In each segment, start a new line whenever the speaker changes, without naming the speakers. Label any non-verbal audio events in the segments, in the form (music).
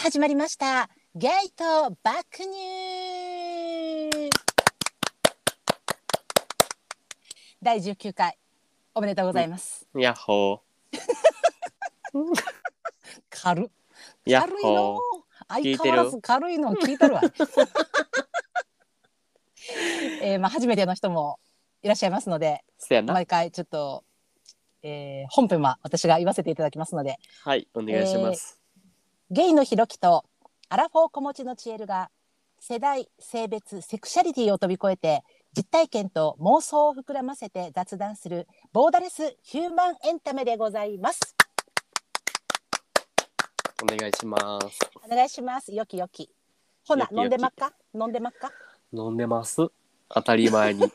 始まりました。ゲイと爆乳第19回おめでとうございます。
やっほ
軽っ
ー。やっ
軽いの
ほー。
相変わらず軽いのを聞いてるわ。 (laughs) えーまあ初めての人もいらっしゃいますので、
せやな。
毎回ちょっと、えー本編は私が言わせていただきますので、
はい、お願いします。
ゲイのひろきとアラフォー子持ちのチエルが世代性別セクシャリティを飛び越えて実体験と妄想を膨らませて雑談するボーダレスヒューマンエンタメでございます
お願いします。
お願いしますよきよきほな
よきよき
飲んでまっか飲んでまっか
飲んでます。当たり
(laughs)
前に。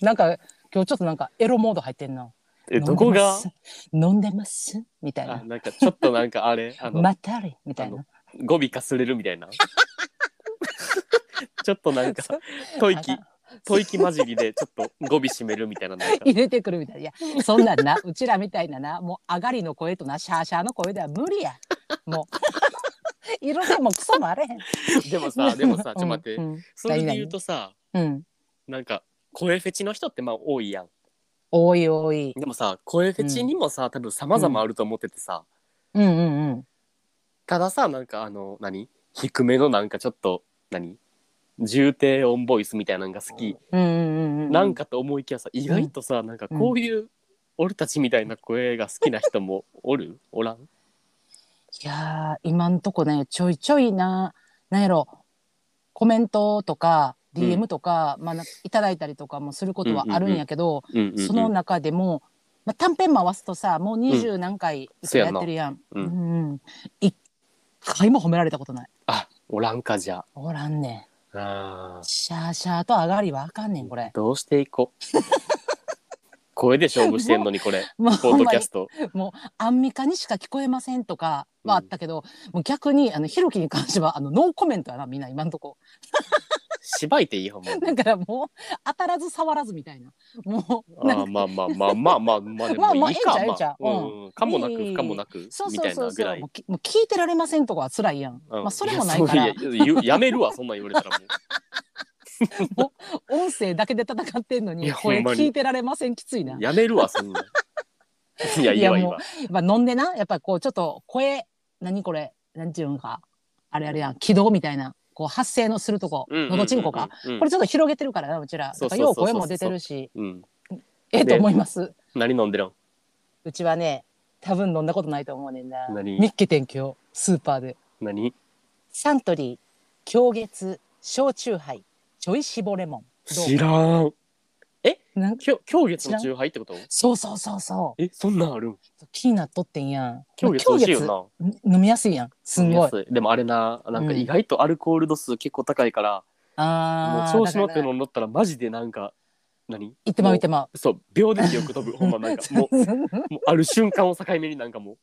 なんか今日ちょっとなんかエロモード入ってんの
え、どこが。
飲んでますみたい
あ
な、
なんかちょっとなんかあれ、あの、
またれみたいな
語尾かすれるみたい
(laughs)
な。ちょっとなんか、吐息、吐息混じりで、ちょっと語尾締めるみたいな、なん
(laughs)
か。
入れてくるみたいないやそんなん (laughs) なうちらみたいななもう上がりの声となシャーシャーの声では無理やもう (laughs) 色でもクソもあれへん
でもさ、でもさ、ちょっと待っ
う
て。
んうん
それで言うとさ、
うん
なんか。声フェチの人ってまあ多いやん
多い多い
でもさ声フェチにもさ、多分様々あると思っててさ、
うんうんうん
たださなんかあの何低めのなんかちょっと何重低音ボイスみたいなのが好き、
うんうんうん
なんかと思いきやさ意外とさ、なんかこういう俺たちみたいな声が好きな人も
(laughs)
おるおらん
いやー今んとこねちょいちょいななんやろコメントとか
うん
DM とか、まあないただいたりとかもすることはあるんやけど、
うんうんうん
その中でも、まあ、短編回すとさもう二十何回いくらやってるやん、
そうやな
うん一回も褒められたことない
あおらんかじゃ
おらんね
ああ
んシャーシャーと上がりはあかんねんこれ
ーどうしていこう (laughs) 声で勝負してんのにこれ
もう
ポ
ほん
ッ
(laughs)
ド
ま
キ
に
ャスト
もうアンミカにしか聞こえませんとかはあったけど、もう逆にあのひろきに関してはあのノーコメントやなみんな今んと
(laughs)
こ
しばいていいほ
(laughs)
んまに
だからもう当たらず触らずみたいなもうなん
あー
か
まあまあまあまあまあまあで
まあま
も
あ
いいか
ええんちゃうええんちゃう
まあ
う
うんうんかもない
いいい
く
い
かもなく
そう
み
そ
た
う
い
そ
な
う
ぐ
そ
ら
う
い
もうきもう聞いてられませんとかは辛いやん、
うん
まあそれもないから
やそういやややめるわそんなん言われ
(laughs)
たらもう
音声だけで戦ってんの
い
に
や
声
ほんまに
聞いてられませんきついな
やめるわ、そんな。いや、
(laughs)
い
い
い
や
わ、いい
も
わ。
う、まあ、飲んでなやっぱりこうちょっと声何これなんていうんかあれあれやん軌道みたいなこう発声のするとこ
うん
のどちんこか、。
うんうん
これちょっと広げてるからなうちら
そ
だか
うそう
らよ
そううそう
声も出てるし
うん。
ええと
で
思います
何飲んでるん
うちはね多分飲んだことないと思うねんな
何
見っけてん今日スーパーで
何
サントリー狂月焼酎杯ちょい絞レモンどう
知らん。
なんか
きょ今日月の中杯ってこと
そうそうそうそ
え、そんなんあるん
う気になっとってんやん
今日月美味しいよ
狂月ん飲みやすいやんす
な。
んごい
安でもあれな、なんか意外とアルコール度数結構高いから、も
あ
う
あ
調子乗って
行
飲んだったらマジでなんか、何
ってまう行ってまう
そう、秒で記
(laughs)
憶飛ぶ。ほんまなんか、もう、もうある瞬間を境目になんかもう。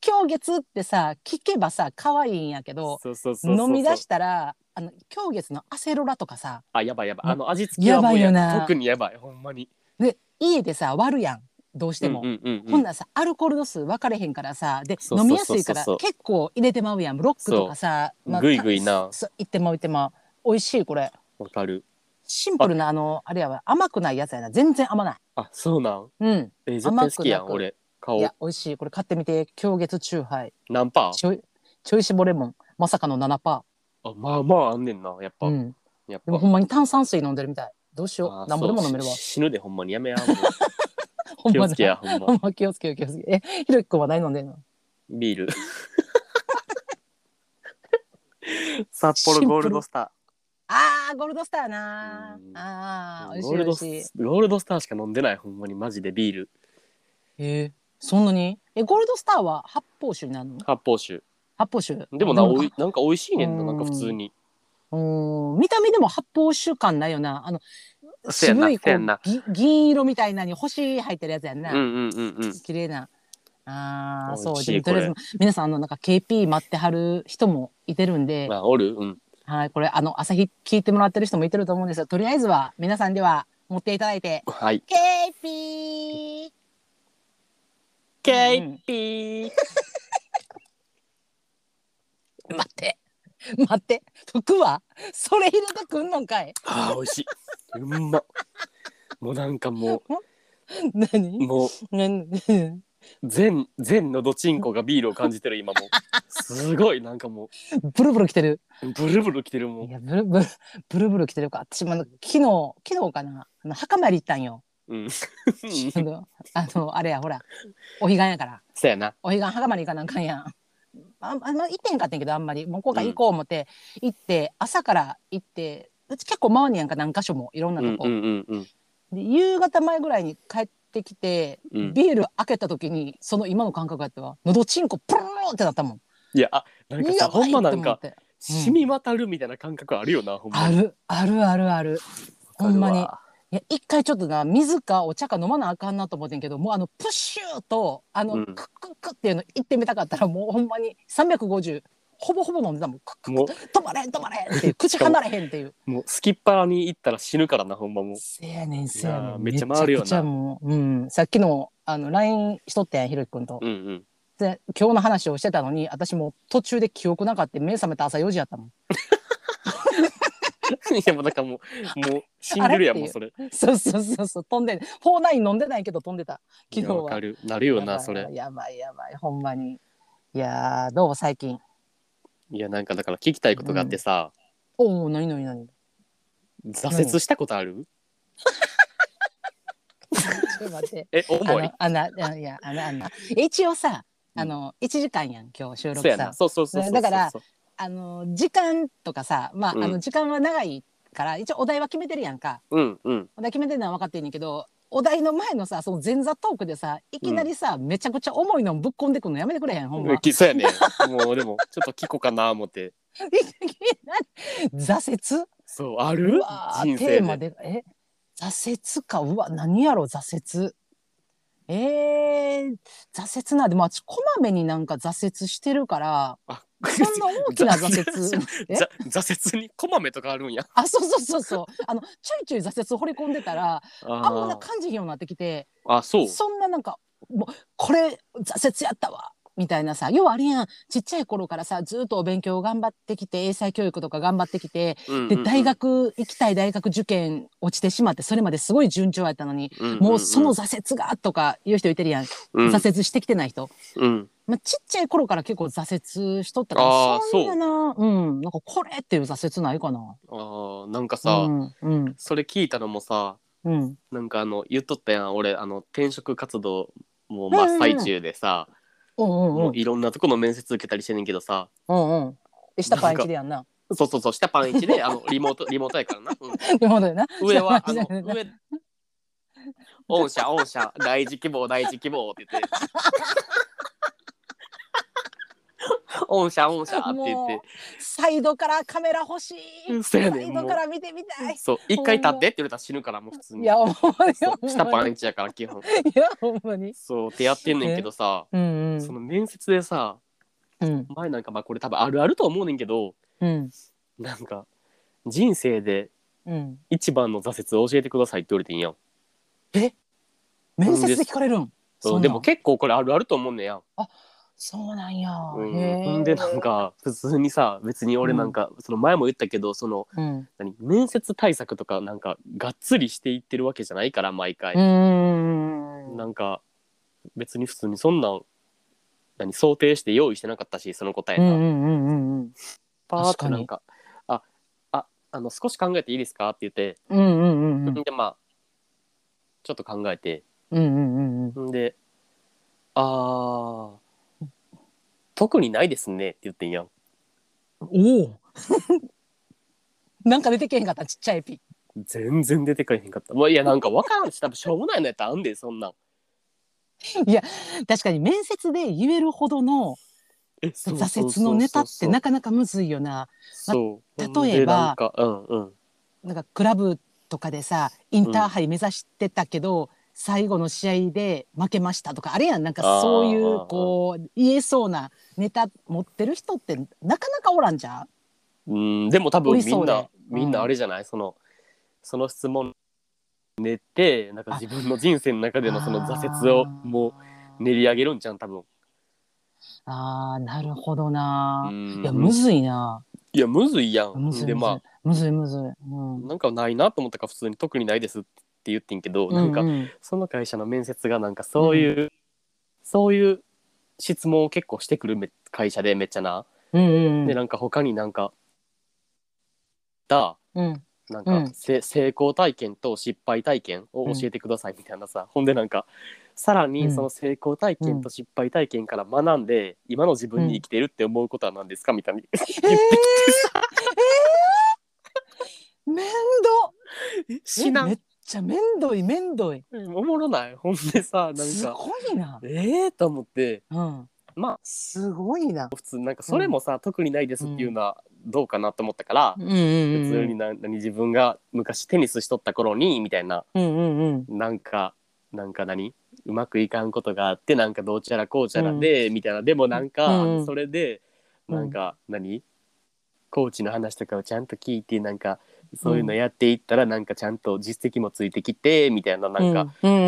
狂月ってさ聞けばさ可愛いんやけど
そうそうそうそう。
飲み出したらあの狂月のアセロラとかさ
あ、やばいやばい。あの味付けは
やば
もう
いよ
や
な
特にやばい。ほんまに。
で家でさ割るやんどうしても、
うんうんうんうん
ほんならさアルコール度数分かれへんからさで
そう
飲
そうそうそう
みやすいから結構入れてまうやんブロックとかさ
そう
まあ
ぐいぐいな
そういってまういってまう美味しいこれ
わかる。
シンプルなあのあれやわ甘くないやつやな全然甘ない
あ、そうなん
うん
え絶対好きや
甘くなんく
俺
い
顔
や美味しいこれ買ってみて狂月チューハイ
何パー
ちょいちょい絞レモンまさかの7パ
あまあまああんねんなやっぱ、
ーうん
やっ
で
ぱ
もほんまに炭酸水飲んでるみたいどうしよ
あ
うなんぼでも飲めるわ
そうし死ぬでほんまにや
(laughs)
めやもう
ほん
気
ま
を
に
つけやほん
(laughs) ほ
ま
んま気をつけよう気をつけようえひろきくんは何飲んでんの
ビール札幌ゴールドスタ
あーゴールドスターな
うん
ーあー
ー
美味
ゴールド
しい美味しい
スゴールドスターしか飲んでないほんまにマジでビール
ええそんなにえゴールドスターは発泡酒になるの
発泡酒
発泡酒
でもなおい
か
なんか美味しいねんななんか普通に
うーん見た目でも発泡酒感ないよなあの
そうやんな
渋いこ
そうやんな
うぎ銀色みたいなに星入ってるやつやん
う
な、
んうんうんうん
綺麗なあー
美
そ
味
う
しい
でもとりあえず
こ
皆さんあのなんか KP 待ってはる人もいてるんで、
あおるうん
はいこれあの朝日聞いてもらってる人もいてると思うんですがとりあえずは皆さんでは持っていただいて
はい
KP
ケイピー
待って待って服はそれ入れてくんのんかい
あー美味しいうんまもうなんか
(laughs)
もう
何
もう
何
全全のどちんこがビールを感じてる今もう
(laughs)
すごいなんかも
ブルブル来てる
うブルブルきてるも
いうやブルブルブルブル来てるか私もあの昨日昨日かなあの墓参り行ったんよ
うん
あのあのあれやほらお彼岸やから
そやな
お彼岸墓まで行かなあかんやん。あんあんま行ってへんかったんやけどあんまりもう今回行こう思って、行って朝から行ってうち結構回んねやんか何か所もいろんな
う
んと
うん
こ、
うんうん
で夕方前ぐらいに帰ってきて、
うん
ビール開けた時にその今の感覚やったわのどちんこプルルルってなったもん
いやあなんかさ
やば
ほ
いっ
ん
て
ま
思
なんか
って
染み渡るみたいな感覚あるよな、ほんま
あるあるあるあるほんまに
わか
いや一回ちょっとな水かお茶か飲まなあかんなと思ってんけどもうあのプッシューとあの、
うん
クックックっていうの行ってみたかったらもうほんまに350ほぼほぼ飲んでたもんクック
るわも
ッ止まれん止まれんっていう口離れへんっていう
うもうスキッパーに行ったら死ぬからなほんまもう
せやねんせや
い
ね
やー
ん
めっちゃ回るよな
めちゃくちゃもう、うん、さっきのあの LINE しとったやんひろきくんと、
うんうん (laughs)
で今日の話をしてたのに私もう途中で記憶なかって目覚めた朝4時やったもん
いやもうだからもうもう死んでるやん
あれ
も
って
うそれ
そうそうそうそう飛んで49飲んでないけど飛んでた昨日
いやわか
は
るなるよなそ
やば
れ
いやばいやばいほんまにいやーどう最近
いやなんかだから聞きたいことがあってさ、
おお何何何
挫折したことある
ちょっと待
(laughs)
って
え
あ
重い
のあなあいやあのあの一応さあの1時間やん今日収
そう
録
や
さ
なそうそうそうそうそ
だ
う
からあの時間とかさまあ,、
うん
あの時間は長いから一応お題は決めてるやんか
うんうん
お題決めてるのは分かってんねんけどお題の前のさその前座トークでさいきなりさ、めちゃくちゃ重いのぶっこんでくんのやめてくれへんほんま。
きそうやねもうでもちょっと聞こうかな思って
挫折
そうあ
う
る
わー
人
テ
生
ーマ
で
でえ挫折かうわ何やろ挫折。えー、挫折なんでまあ私こまめになんか挫折してるから
あ
そんな大
(laughs)
きな挫折え
ざ挫折にこまめとかあるんや
あそうそうそうそうあのちょいちょい挫折を掘り込んでたらあんまな
あ
感じひんようになってきて
あそう
そんななんかもうこれ挫折やったわみたいなさ要はあれやんちっちゃい頃からさずっとお勉強を頑張ってきて英才教育とか頑張ってきてで大、学行きたい大学受験落ちてしまってそれまですごい順調やったのに
うんんん
もうその、挫折がとか言う人いてるやん
うん
挫折してきてない人。
うん
まあ、ちっちゃい頃から結構挫折しとったから
あー
そんななうんなんかこれっていう挫折ないかな
あーなんかさ、
うんうん
それ聞いたのもさ
うん
なんかあの言っとったやん俺あの転職活動もう真っ最中でさ、
うんうんう
も
ん
ういろんなとこの面接受けたりしてんねんけどさ
うんうんで下パンチでやんな
そうそうそう下パン一であのリモートリモートやからな、う
(laughs)
ん
なるほどよな
上はあ
(laughs) 下パンチ
の
でやんな
上御社御社第一希望第一希望って
(laughs)
言って御社御社って言って
もサイドからカメラ欲しい。
そうや
サ
ねん
イ
も
ド
う
から見てみたい。
そう一回立ってって言われたら死ぬからもう普通に
いや、ほんまに。
そう下パン
い
一やから基本
や、ほんまに。
そうってやってんねんけどさ
うん
その面接でさ
うん。
前なんかまあこれ多分あるあると思うねんけど
うん。
なんか人生で
うん。
一番の挫折を教えてくださいって言われてんやん
面接で聞かれるん。
そう
なん
でも結構これあるあると思うねんやん
そうなんや。
うん
へ
ほ
ー
んでなん。か普通にさ別に俺なんか、その前も言ったけどその
うん。
何面接対策とかなんかがっつりしていってるわけじゃないから毎
う
回、
ん。
なんか別に普通にそんなん何想定して用意してなかったしその答え
う
が、
んうんうんうんうん。
パーっ
確
て
かに
なんか「あああの少し考えていいですか?」って言って、
うんうんうんうん。
でまあちょっと考えて
うんうんうんうん。
んで「あー特にないですね」って言ってんやん。
おお。 (laughs) なんか出てけへんかった、ちっちゃいピ。
全然出てかへんかった。まあ、いや、なんかわからんし、多分しょうもないのやったらあんで、そんなん。
確かに面接で言えるほどの
え、そ
挫折のネタってなかなかむずいよな。
そう。
ま
ほんで
例えば
なんか、うんうん。
なんかクラブとかでさインターハイ目指してたけど、最後の試合で負けましたとかあれやんなんかそうい
あ
う
ー
こう言えそうなネタ持ってる人ってなかなかおらんじゃん
うん、でも多
お
分
り
み
そ
ん
うで
な、
うん
みんなあれじゃない、その、その質問寝て、なんか自分の人生の中でのその挫折をもう練り上げるんじゃん、多分。
ああ、なるほどな。
うん
いや、むずいな。
いやむずいやん
むずい。
でまあ
むずい、むずい。うん。
なんかないなと思ったから普通に特にないですって言ってんけど、なん
う
か
ん
その会社の面接がなんかそういう、そういう質問を結構してくるめ会社でめっちゃな、
うんうん
でなんか他になんかだ
うん。
なん
う
か
ん
せ、成功体験と失敗体験を教えてくださいみたいなさ、ほんでなんかさら
う
に
ん
その成功体験と失敗体験から学んで、今の自分に生きてるって思うことは何ですかみたいに言ってきてさ、
(laughs) めんど
えしな
えめ
(laughs) ん
っちゃめんどい、めんどい。
おもろないほんでさなん
す
か
ごいな。
ええと思って
うん。
まあ
すごいな。
普通なんかそれもさ、特にないですっていうのはどうかなと思ったから、
うんうん
普通にな何自分が昔テニスしとった頃にみたいな
うんうんうん。
なんかなんか何うまくいかんことがあってなんかどうちゃらこうちゃらで、みたいなでもなんか、
うんうん
それで
うん
なんか何、コーチの話とかをちゃんと聞いてなんかそういうのやっていったらなんかちゃんと実績もついてきてみたいななんか、
うんうん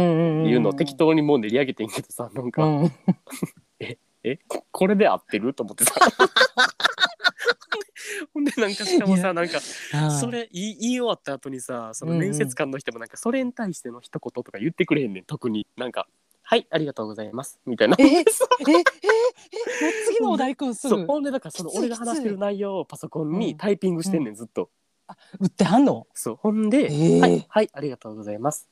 うん。
いうのを適当にもう練り上げてんけどさなんか、
うん。
えここれで合ってると思ってさ (laughs) ほんでなんかしかも
いや
さなんかそ
れ。
れ言い言い終わった後にさその
うんうん
面接官の人もなんかそれに対しての一言とか言ってくれへんねん特になんか「はいありがとうございます」みたいな
え、え、え、え、え、もう次のお題くんす
そ
ぐ
う。ほんでだからその
きつい
俺が話してる内容をパソコン
う
に
ん
タイピングしてんねんずっと
売ってはんの。
そうほんで
ええ
「はいはいありがとうございます」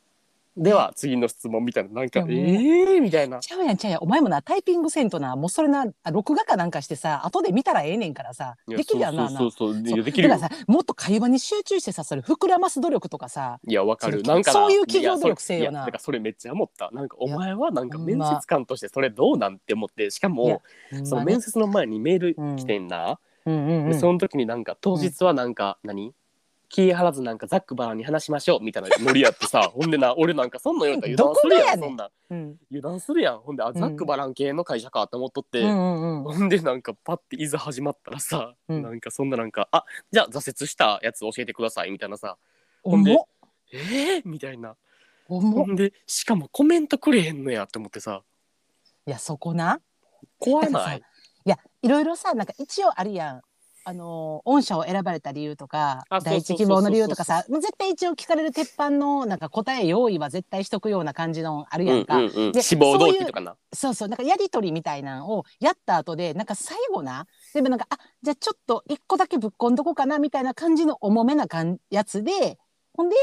では次の質問みたいななんか
いやも
「
う
ええ」みたいな
ちゃうやんちゃうやんお前もなタイピングせんとなもうそれなあ録画かなんかしてさ後で見たらええねんからさ
いや
できるやんな
そうそうそうい
な
や
そ
で
う
きるよ
だからさもっと会話に集中してさそれ膨らます努力とかさ
いや、わか
そ
る。
の
なんかな
そういう企業努力せえよない
やそれいやだからそれめっちゃ思った。なんかお
いや
前はなんか
ほん
面
ま
接官としてそれどうなんて思って、しか
いや
も、その面接の前にメール来てんな。
うんうんう
で
ん
その時になんか当日はなんか何、気張らずなんかザックバランに話しましょうみたいなノリやっ
(laughs)
てさほんでな俺なんかそんなん言うたら油断する
どこが
や
や
ん
ねん
そんなん
うん
油断するやんほんであザックバラン系の会社かと思っとって、
うんうんうん
ほんでなんかパッていざ始まったらさ、
うん
なんかそんななんか「あじゃあ挫折したやつ教えてください」みたいなさほんで
重っ
「えー?」みたいな
重
ほ
っ
んでしかもコメントくれへんのやと思ってさ
いやそこな
怖
だから (laughs)
な
さ
い
いやいろいろさなんか一応あるやんあのー御社を選ばれた理由とか
あそう
第
そう
一希
そうそう
望の理由とかさもう絶対一応聞かれる鉄板のなんか答え用意は絶対しとくような感じのあるやんか、
うんうんう
で
ん、志望動機とかな
そうそうなんかやり取りみたいなのをやった後でなんか最後なでもなんかあじゃあちょっと一個だけぶっこんどこうかなみたいな感じの重めなかんやつでほんで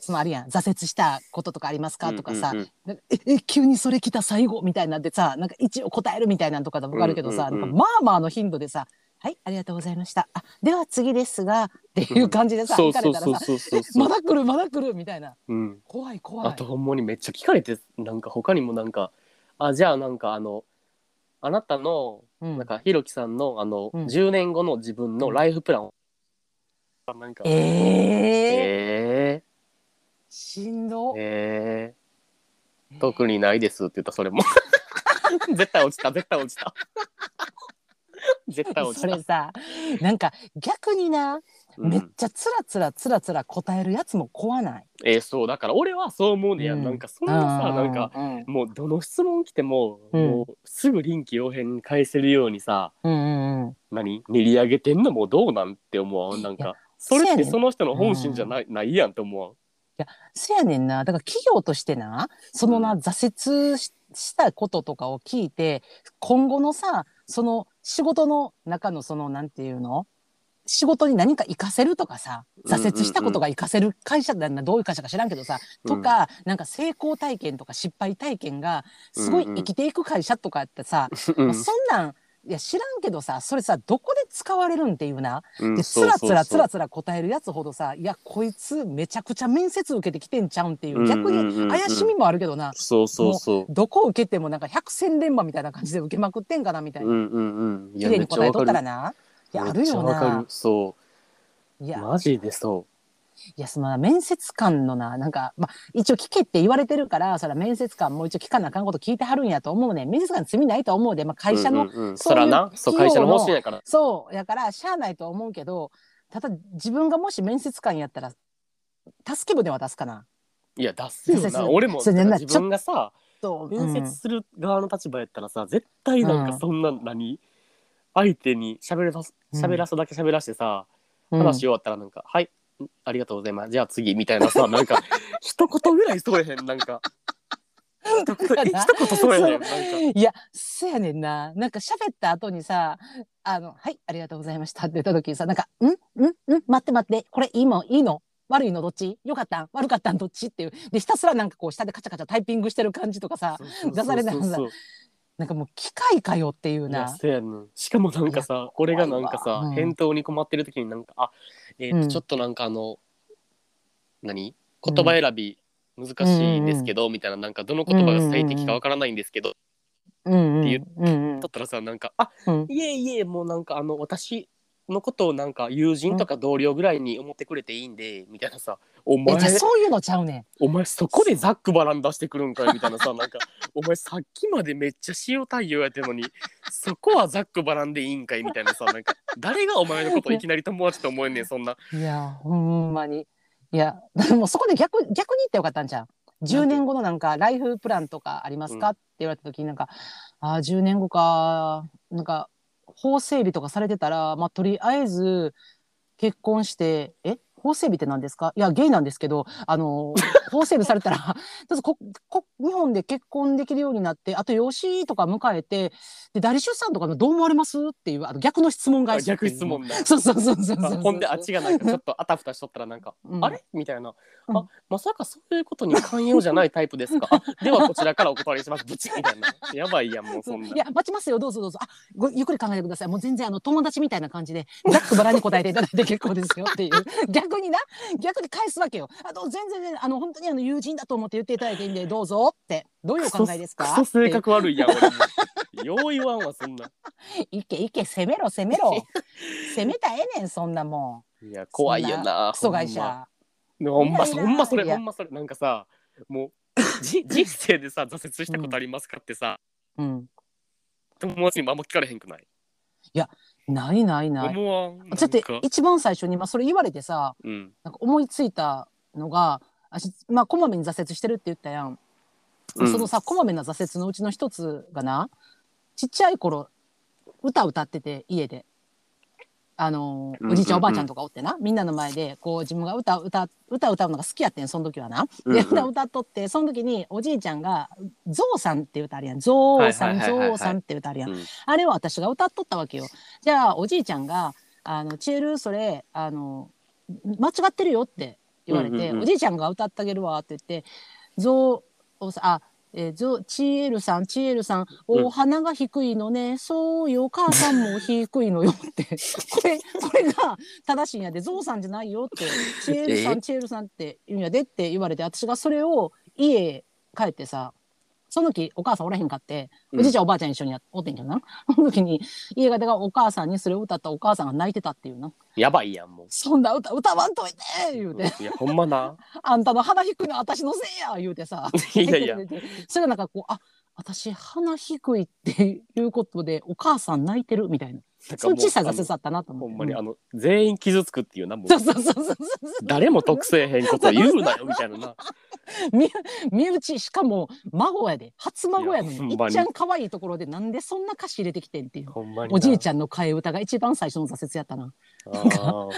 そのあるやん挫折したこととかありますかとかさ、
うんうんうん
なんかえ (laughs) え急にそれ来た最後みたいなんでさなんか一応答えるみたいなのとかで僕あるけどさ、
うんうんうん
なんかまあまあの頻度でさ「はいありがとうございましたあでは次ですが」っていう感じでさ、
そ
行
う
か
そ
れ
う
た
そう
らさ
そうそう
「まだ来るまだ来る」みたいな
うん、
怖い怖い。
あとほんまにめっちゃ聞かれてなんか他にもなんかあじゃあなんかあのあなたの
うん
なんかひろきさんのあの、
うん
10年後の自分のライフプランを、なんか
え
えー、
えー
え
しんど
ー、えー、特にないですって言った
(laughs)
それも絶対落ちた絶対落ちた絶対落ち
そ
た
れさなんか逆にな、
うん
めっちゃつらつらつらつら答えるやつも怖ない。
えー、そうだから俺はそう思うねや、
うん
ん、なんかそんなさなんか
うん
もうどの質問来ても,、
うん
もうすぐ臨機応変に返せるようにさ
うんうん
何練り上げてんのもどうなんて思うなん
い
か
や
それ
そう
っ
やね
て
ん
その人の本心じゃない,、ないやんって思
せやねんなだから企業としてなそのな、
う
挫折ししたこととかを聞いて今後のさその仕事の中のそのなんていうの仕事に何か活かせるとかさ挫折したことが活かせる会社だなどういう会社か知らんけどさ、
うん
とかなんか成功体験とか失敗体験がすごい生きていく会社とかってさ、
う。
まあ、そんなんいや知らんけどさそれさどこで使われるんっていうな、
うん
でつ
そう
ら
そうそう
つらつらつら答えるやつほどさいやこいつめちゃくちゃ面接受けてきてんちゃうんっていう逆
うんうんうんう
に
ん
怪しみもあるけどな、
そうそうそう。
どこ受けてもなんか百戦錬磨みたいな感じで受けまくってんかなみたいな、
うんうんうん。い
綺
や
麗
め
に
っちゃ
答え
わ
と
か
ったら
る。
ないやあ
め
る
っちゃ
よ
わか
な
る。そ。
いうや
マジでそ
いやその面接官のななんか、まあ、一応聞けって言われてるからそれは面接官も一応聞かなあかんこと聞いてはるんやと思うね面接官罪ないと思うで、まあ、
う。
会社の
うんうんうん
そう
そ
いう
らな。そう会社の方針やから。
そうやからしゃあないとは思うけどただ自分がもし面接官やったら助け舟は出すかな。
いや出すよ
そうそうそ
な。
う
俺も
そうねな
自分がさと
うん
面接する側の立場やったらさ、絶対なん
うん
かそんな何、相手に喋れさ喋らすだけ喋らしてさ、話終わったらなんか「はいんありがとうございますじゃあ次」みたいなさな
(laughs)
んか一言ぐらいそうやへんなんか一言
から
一言そうやへんなんか
いやそうやねんななんか喋った後にさ「あのはいありがとうございました」って言った時にさなんか「んんん待って待ってこれいいもんいいの悪いのどっちよかったん悪かったんどっち?」っていうでひたすらなんかこう下でカチャカチャタイピングしてる感じとかさ
そう
出されたらさ
そうそうそう
なんかもう機械かよっていう
いや
な。
そうやねんしかもなんかさ俺がなんか
怖いわ
さ、
うん
返答に困ってる時になんかあえっ、と、
うん
ちょっとなんかあの何言葉選び難しいんですけど、みたいななんかどの言葉が最適かわからないんですけど、
うんうん
って言っ
うん
だったらさなんか「あ
うん
いえいえもうなんかあの私のことをなんか友人とか同僚ぐらいに思ってくれていいんで」みたいなさ「お
え
前
じゃあそういうのちゃうねん。
お前そこでザックバラン出してくるんかい」みたいなさ (laughs) なんか「お前さっきまでめっちゃ塩対応やってんのにそこはザックバランでいいんかい」みたいなさなんか誰がお前のこといきなり友達と思えんねんそんな。
いやほんまにいやでもそこで逆逆に言ってよかったんじゃん10年後のなんかライフプランとかありますか、
うん
って言われた時になんかあー10年後かなんか法整備とかされてたらまあとりあえず結婚してえ法整備って何ですかいやゲイなんですけどあの法整備されたら (laughs) とりあえずここ日本で結婚できるようになってあと養子とか迎えてで代理出産とかどう思われますっていうあの逆の質問返しって
逆
いう
質問だ
そうそうそうそうそうそう
ほんであっちがなんかちょっとあたふたしとったらなんか
うん
あれみたいな、
うん
あまさかそういうことに寛容じゃないタイプですかあではこちらからお断りしますブチッみたいなやばいやんもうそんない
や待ちますよどうぞどうぞあごゆっくり考えてくださいもう全然あの友達みたいな感じ
(laughs)
でざっくばらんに答えていただいて (laughs) 結構ですよっていう逆にな逆に返すわけよあの全然全然あの本当にあの友人だと思って言っていただいていいんでどうぞってどういうお考えですか
クソ性格悪いやん俺もうよう言わんわそんな
っていけいけ攻めろ攻め
(laughs)
ろ攻めたらええねんそんなも
いや怖いよなん
クソ会社
ほんま
いやいや
ほんまそれ
いや
ほんまそれなんかさもうじ人生でさ挫折したことありますかってさ、
うん
友達にもあんま聞かれへんくない
ないないない
思わんなんか
だって一番最初に、まあ、それ言われてさ
うん
なんか思いついたのがあしまあこまめに挫折してるって言ったやん
うん
そのさこまめな挫折のうちの一つがなちっちゃい頃歌歌ってて家で。あの
うん
おじいちゃんおばあちゃんとかおってな、みんなの前でこう自分が歌歌歌歌うのが好きやってんその時はな。
うん
で
うん
歌歌っとってその時におじいちゃんが「ゾウさん」っていう歌あるやん「ゾウさん
はいはい
ゾ
はいはいはいう
さん」っていう歌あるやん、
うん
あれを私が歌っとったわけよ。じゃあおじいちゃんが「あのチエルそれあの間違ってるよ」って言われて、
うんうんうん
おじいちゃんが歌ってあげるわって言って「ゾウをさあえー、ゾチエルさんチエルさん
うん
お花が低いのね、そうよ母さんも低いのよ」って
(laughs)
これこれが正しいんやでゾウさんじゃないよって「チエルさんチエルさん」って言うんやでって言われて私がそれを家へ帰ってさその時お母さんおらへんかっておじいちゃんおばあちゃん一緒にやっおってんけどな、その時に家がでがお母さんにそれを歌ったお母さんが泣いてたっていうな
やばいやんもう
「そんな歌歌わんといて」言うて
いやほんまな
「あんたの鼻低いのは私のせ (laughs) いや」言うてさ
いやいや
それがなんかこ (laughs) う「あ私鼻低い」っていうことでお母さん泣いてるみたいなそういう小さい挫折だったなと思
ほ
って
んまにあ
うん
の全員傷つくっていうなもう
そうそうそうそう
誰も得せえへんこと言うなよみたいなな
身内しかも孫やで初孫やの
いやほ
に
ん
い
ま
っ
に
ちゃん可愛いところでなんでそんな歌詞入れてきてんっていう
ほんまに
(laughs) おじいちゃんの替え歌が一番最初の挫折やったな。
ゃん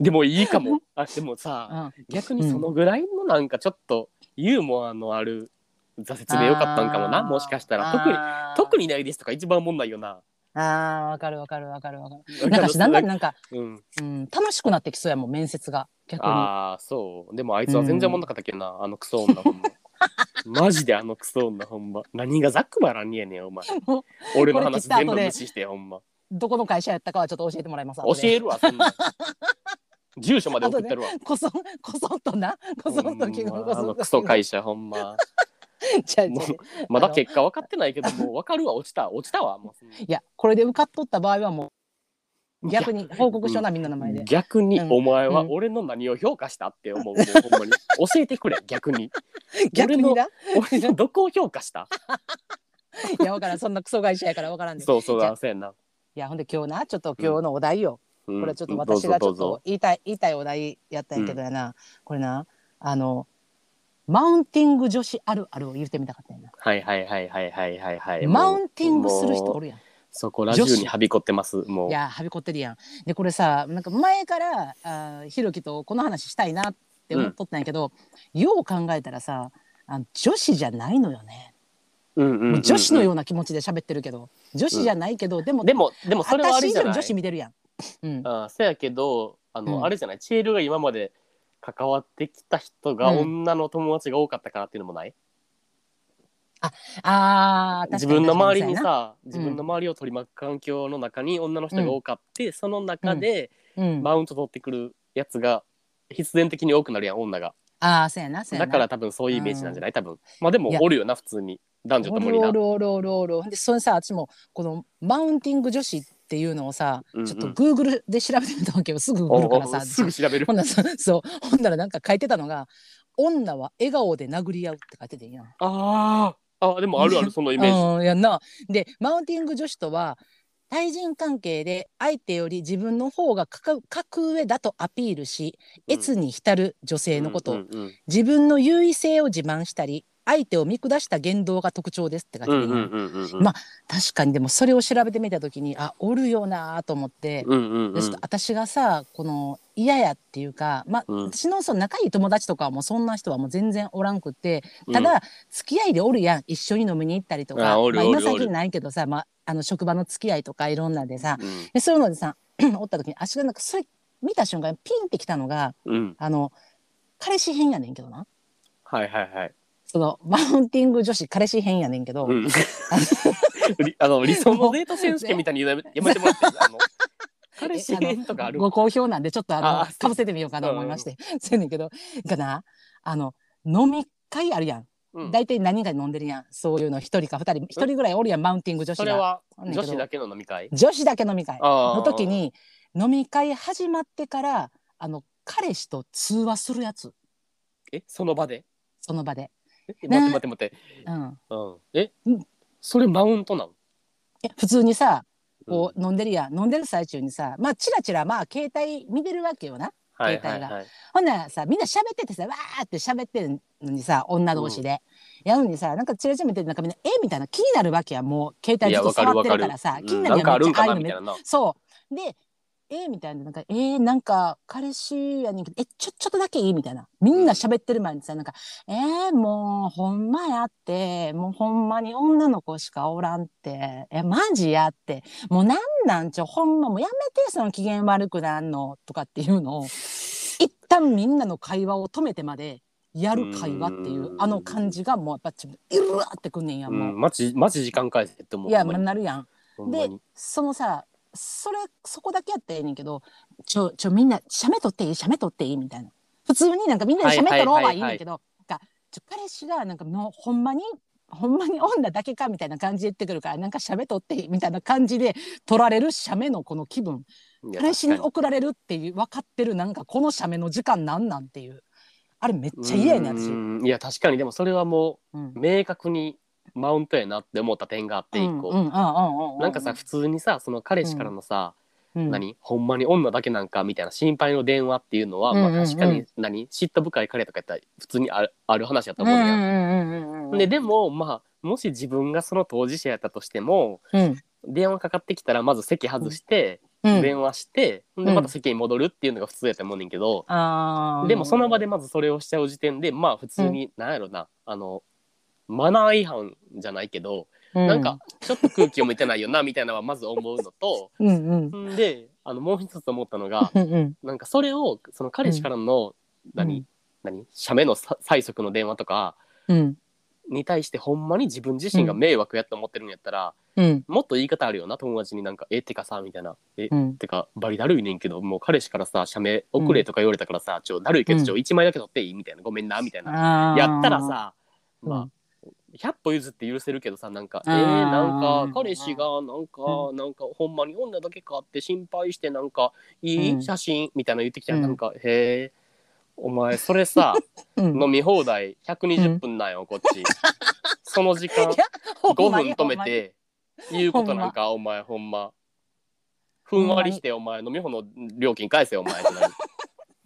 でもいいか
(laughs)
もあでも
う
さ
ん
逆にそのぐらいのなんかちょっとユーモアのある挫折でよかったんかもなもしかしたら特に特
に
にないですとか一番おもんないよな
あーわかるわかるわかるわかるなんかしだんだんなんか、
うん、
うん、楽しくなってきそうやもん面接が逆に
ああそうでもあいつは全然おもんなかったっけどな、あのクソ女ほん
(laughs)
まマジであのクソ女ほんま何がザックバラにやねんお前
もう
俺の話
これ切った後
全
で
部無視してほんま
どこの会社やったかはちょっと教えてもらいます
教えるわそんなん
(laughs)
住所まで送ってるわ、
こそこそっとなこそっと昨日
ほん
こ
まあ
そ
の
っと
クソ会社ほんま
ちゃうち
も
ゃう
うまだ結果分かってないけどもう分かるわ落ちた落ちたわも
いやこれで受かっとった場合はも
う
う逆に報告しようなみんなの前で
逆に
うん
お前は
うん
俺の何を評価したって思う,、も
(laughs)
うほんまに教えてくれ逆に
逆にな
俺のどこを評価した
いやわからんそんなクソ会社やからわからんで、
そうそう
じゃ
だ
あ
そうやんな、
いやほんで今日なちょっと今日のお題よ、
うん
これちょっと私がち
ど
ょ
う
っ
ぞ
と言いたい言いたいお題やったんやけどやな、これなあのマウンティング女子あるあるを言ってみたかったよな。
はいはいはいはいはいはいはい。
マウンティングする人
もう
おるやん。
そこラジオにはびこってます。もう。
いやーはびこってるやん。でこれさなんか前からあーひろきとこの話したいなって思っとったんやけど、よう考えたらさあの女子じゃないのよね。
うんうんうん
も
う
うん女子のような気持ちで喋ってるけど女子じゃないけど、でも
でも、でもそれはあれ
私以
じゃ
上
な
に
い。
女子見てるやん。うん、
あそやけど、あの、
うん
あれじゃない。チエルが今まで関わってきた人が
う
女の友達が多かったからっていうのもない、
あー
自分の周りに、
確か
さ、
ん
自分の周りを取り巻く環境の中に女の人が多かって、その中で
にうん、
マウント取ってくるやつが必然的に多くなるやん、女が。
ああそうやなそうや
だ
な。
から多分そういうイメージなんじゃない多分。まあでも
いや
おるよな、普通に。男女と
お
も
る
にな。
おるおるおるおるでそれさ私もこのマウンティング女子っていうのをさ、
うんうん
ちょっとグーグルで調べてみたわけよすぐグー
お
グルから
お
さ
すぐ調べ
(laughs)
る
ほ。んならさそうほんならなんか書いてたのが「女は笑顔で殴り合う」って書いててんやん。
あーあ、でもあるある、そのイメージ。
うんやんなでマウンティング女子とは対人関係で相手より自分の方が格格上だとアピールし
うん
越に浸る女性のこと、
うんうん
自分の優位性を自慢したり相手を見下した言動が特徴ですって書いて
う
てんや
ん
ん
うんうんうんうん
ま確かにでもそれを調べてみた時にあおるよなと思って、
うんうんう
でちょっ
ん
と私がさこの嫌やっていうか、まあ
うん
私のその仲いい友達とかはもうそんな人はもう全然おらんくって
うん
ただ、付き合いでおるやん一緒に飲みに行ったりとか
あおる
まあ、
お
今
るおる
最近ないけどさ、まあ、あの職場の付き合いとかいろんなでさ
うん
でそういうのでさ (clears throat) おった時に私がなんかそれ見た瞬間にピンってきたのが
うん
あの彼氏編やねんけどな
はいはいはい。
そのマウンティング女子彼氏編やねんけど、
うん
(laughs)
(laughs) りあの理想のデート選手権みたいにやめやめてもらっていい
(laughs)
あの彼氏編とかある。
ご好評なんでちょっとあの
あ
かぶせてみようかなと思いまして、そうやねんけどがなあの飲み会あるやん
うん
大体何人か飲んでるやんそういうの一人か二人一人ぐらいおるやんマウンティング女
そ
子
れ
が
は女子だけの飲み会。
女子だけ飲み会
あー
の時。に飲み会始まってからあの彼氏と通話するやつ
えその場で。
その場で、
え
な
待って待って待って。
うん、
うんえ
うん
それマウントなの。
え普通にさ
うん
こう飲んでるやん飲んでる最中にさまあチラチラまあ携帯見てるわけよな
はいは
携
い
帯
はい。
ほんならさみんな喋っててさわーって喋ってるのにさ女同士で、やのにさなんかチラチラ見ててなんかみんなえみたいな気になるわけやもう携
い
帯ず
や
っと
わかる
触っ
わ
て
か
る
る
からさ。気
う
に
ん
なる
な
や
んかあるんか
めっちゃああいう
な
の
み
めっちゃ
たいなな。
そうでえみたいななんかえー、なんか彼氏やねんけどえちょちょっとだけいいみたいなみんな喋ってる前にさなんかえー、もうほんまやってもうほんまに女の子しかおらんってえマジやってもうなんなんちょほんまもうやめてその機嫌悪くなんのとかっていうのを一旦みんなの会話を止めてまでやる会話っていううんあの感じがもうやっぱちょっとうわってくんねんや
う
もう、
んマジマジ時間返せって思う。
いや
ほん
ま
ま
あ
に
なるやん。
ほんま
で
に
そのさそれそこだけやったらええねんけどちょちょみんな写メ撮っていい写メ撮っていいみたいな普通になんかみんなで写メ撮ろうはいいねんけど、なんかちょ彼氏がなんかもうほんまにほんまに女だけかみたいな感じで言ってくるからなんか写メ撮っていいみたいな感じで撮られる写メのこの気分
いや
彼氏に
確か
送られるっていう分かってるなんかこの写メの時間なんなんっていうあれめっちゃ嫌やねん私。
うんいや確かにでもそれはも
うん
う明確にマウントやなって思った点があって一個。な
なん
かさ普通にさその彼氏からのさ、
うん
何ほんまに女だけなんかみたいな心配の電話っていうのは、
うんうん
ま
う
あ、
ん
確かに何嫉妬深い彼とかやったら普通にあるある話やと
うんう
思うんんや、
うんうんうん
ででもまあもし自分がその当事者やったとしても
うん
電話かかってきたらまず席外して、
うん
電話して、
ん
でまた席に戻るっていうのが普通やと思うねんけど、
あー
でもその場でまずそれをしちゃう時点でまあ普通に何やろな、あのマナー違反じゃないけど、なんか、ちょっと空気を見てないよなみたいなのはまず思うのと。
うんうん
んであのもう一つ思ったのが
うんうん
なんかそれをその彼氏からの、何、
うん
何写メのさ催促の電話とか
うん
に対してほんまに自分自身が迷惑やと思ってるんやったら、
うん
もっと言い方あるよな友達になんか「えてかさ」みたいな「え
うん
てかバリだるいねんけどもう彼氏からさ写メ送れ」とか言われたからさ「ちょだるいけどちょ1枚だけ取っていい?」みたいな「ごめんな」みたいな、
あー
やったらさまあ、
うん
100歩譲って許せるけどさなんかえ
あー
ー、なんか彼氏がなんか、なんかほんまに女だけかって心配してなんかい
うん
い写真みたいなの言ってきたら
うん
なんか、へえお前そ
(laughs)
れさ
うん
飲み放題120分なんよこっちその時間
いや (laughs) ほ
5
んま
分
に
止めて言うことなんかお前ほんまふんわりしてお前飲み放の料金返せお前ってなる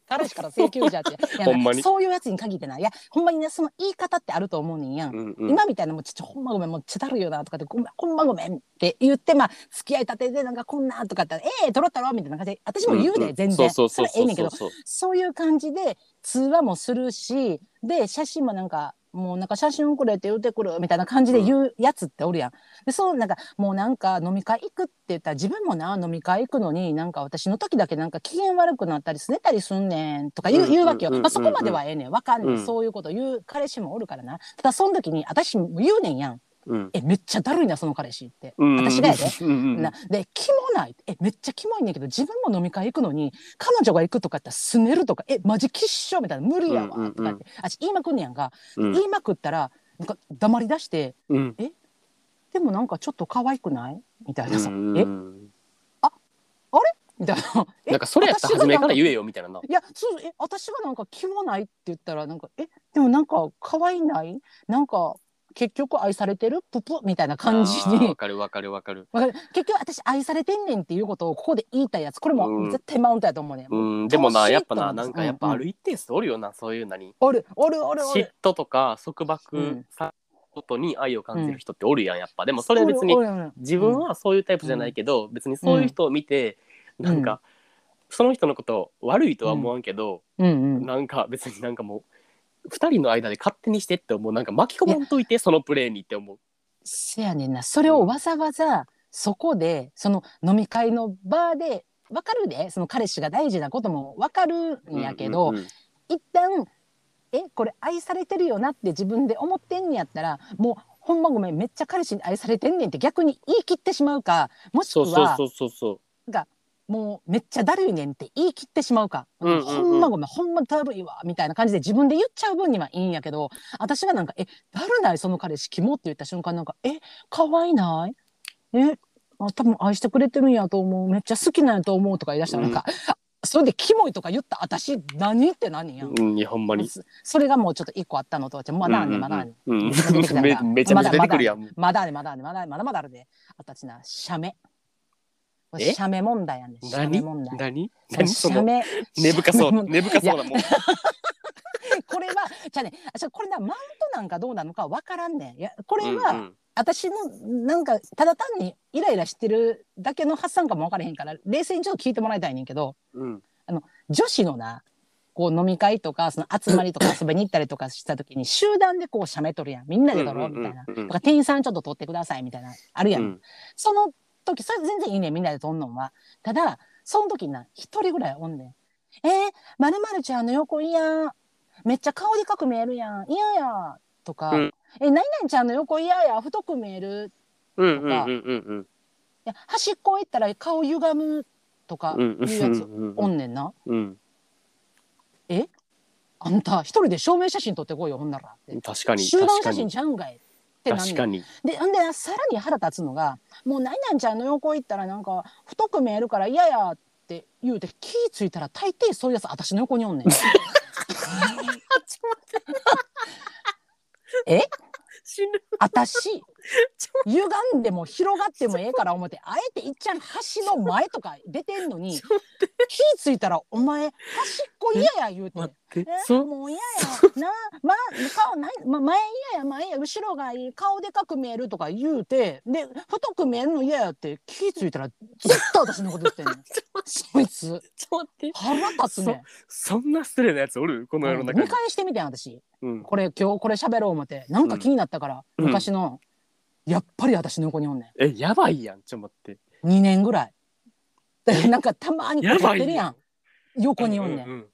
彼氏から請求じゃってい
(laughs)
や
ほんまに
そういうやつに限ってないいやほんまにねその言い方ってあると思うねんやん、
うんうん、
今みたいなもうちょっとほんまごめんもうちだるいよなとかってごめんほんまごめんって言ってまあ付き合いたてでなんかこんなとかってええとろったろみたいな感じで私も言うで、
んん
全
そう
然
そうそう
れええねんけど
そうそう
そういう感じで通話もするしで写真もなんかもうなんか写真くれって言ってくるみたいな感じで言うやつっておるやん。でそうなんかもうなんか飲み会行くって言ったら自分もな飲み会行くのになんか私の時だけなんか機嫌悪くなったりすねたりすんねんとか言う,、
うんうんうん
言うわけよ。まあ、そこまではええねんわかんねん、
うん
そういうこと言う彼氏もおるからな。ただその時に私も言うねんやん。
うん
えめっちゃだるいなその彼氏って。
うん
私がやで。
うんうん
なでキモないえめっちゃキモいねんけど自分も飲み会行くのに彼女が行くとかやってすねるとかえマジきっしょみたいな無理やわ
うんうんうん
とかってあし言いまくんねやんか、
うん
言いまくったらなんか黙り出して
うん
でもなんかちょっと可愛くないみたいなさ、
うん
え
うん
みたい
(laughs)
なえ
なんかそれやったら初めから言えよみたいなない
やそうえ私がなんかキモないって言ったらなんかえでもなんか可愛いないなんか結局愛されてるププみたいな感じ
あー
に
わかるわかるわかる
わかる結局私愛されてんねんっていうことをここで言いたいやつこれ
う
も
ん
絶対マウントやと思うねん、
うんでもな
嫉妬
やっぱ
な
な
んで
な
す
んかやっぱある一定数おるよなそういうなに
おるおるおるお
嫉
る
妬とか束
う
縛
ん
さことに愛を感じる人っておるやんやっぱでもそれは別に
おるおるおる
自分はそういうタイプじゃないけど、別にそういう人を見て、
ん
なんか、その人のこと悪いとは思わんけど、
うんうん
なんか別になんかもう2人の間で勝手にしてって思うなんか巻き込まんといてそのプレーにって思う。
せやねんなそれをわざわざそこでその飲み会の場でわかるでその彼氏が大事なこともわかるんやけど、
うんうんうん
一旦えこれ愛されてるよなって自分で思ってんねやったらもうほんまごめんめっちゃ彼氏に愛されてんねんって逆に言い切ってしまうかもしく
そ
は
うそうそうそうそ
もうめっちゃだるいねんって言い切ってしまうか、
うんうんうん
ほんまごめんほんまだるいわみたいな感じで自分で言っちゃう分にはいいんやけど私がなんか「えだるないその彼氏キモ」って言った瞬間なんか「え可愛いないえあ多分愛してくれてるんやと思うめっちゃ好きなんやと思う」とか言い出したらなんか、それで「キモい」とか言った私何って何やん
う。。うん、いやほんまに。
そそれがもうちょっと一個あったのとじゃあまだあんねんまだあんねん
うんうん
出てきた
めめちゃめちゃ出てくるやん。
まだあるまだあるまだあるまだまだあるで。あたちな、写メ。これ
え
写メ問題やねん。写メ
何
問題。
何何そ
写
の
メ。
根深そ
写メ
う
問題
根深そうなもん。
これは、じゃあね、あじゃあこれな、マウントなんかどうなのかわからんねん。いや、これは、
うんうん
私の、なんか、ただ単にイライラしてるだけの発散かもわからへんから、冷静にちょっと聞いてもらいたいねんけど、
うん
女子のな、こう飲み会とか、その集まり
(laughs)
とか遊びに行ったりとかした時に、集団でこう写メ撮るやん。みんなで撮ろうみたいな。
うんうんうんうん
とか、店員さんちょっと撮ってくださいみたいな、あるや。
うんん
その時、それ全然いいねんみんなで撮んのんは。ただ、その時にな、一人ぐらいおんねん。えー、まるまるちゃんの横いいやん。めっちゃ顔でかく見えるやん。いやや。とか、
うん
え、何々ちゃんの横いやや。太く見える。
うんうんうんうん
いや端っこ行ったら顔歪む。とか、
う
い
ん
うやつ、
うん
おんねんな。
うん
あんた、一人で証明写真撮ってこいよ、ほんならって。
確かに
集団
確か
写真
に
ちゃうんかい。ってなんね
確
ん
かに。
で、ほんでな、さらに腹立つのが、もう何々ちゃんの横行ったらなんか、太く見えるから嫌やって言うて、気ぃついたら大抵そういうやつ私の横にお (laughs) んねん。え
死ぬ
私、歪んでも広がってもええから思って、あえていっちゃん橋の前とか出てんのに、気ぃついたらお前、端っこ嫌や言うて。
待って
え
そう
もう嫌やなま顔ない、ま、前嫌や前や後ろがいい顔でかく見えるとか言うてで太く見えるの嫌やって気ぃ付いたらずっと私のこと言ってんね
(laughs)
んそいつ
ちょっと待って
腹立つねん
そんな失礼なやつおるこの世の中
見
に、
返してみてん私
うん、
これ今日これ喋ろう思ってなんか気になったから、
うん
昔のやっぱり私の横におんね
えやばいやんちょっと待って
ん2年ぐらいでなんかたまにこう
や
撮っ
ばい
てるやん横におんねん、
ううん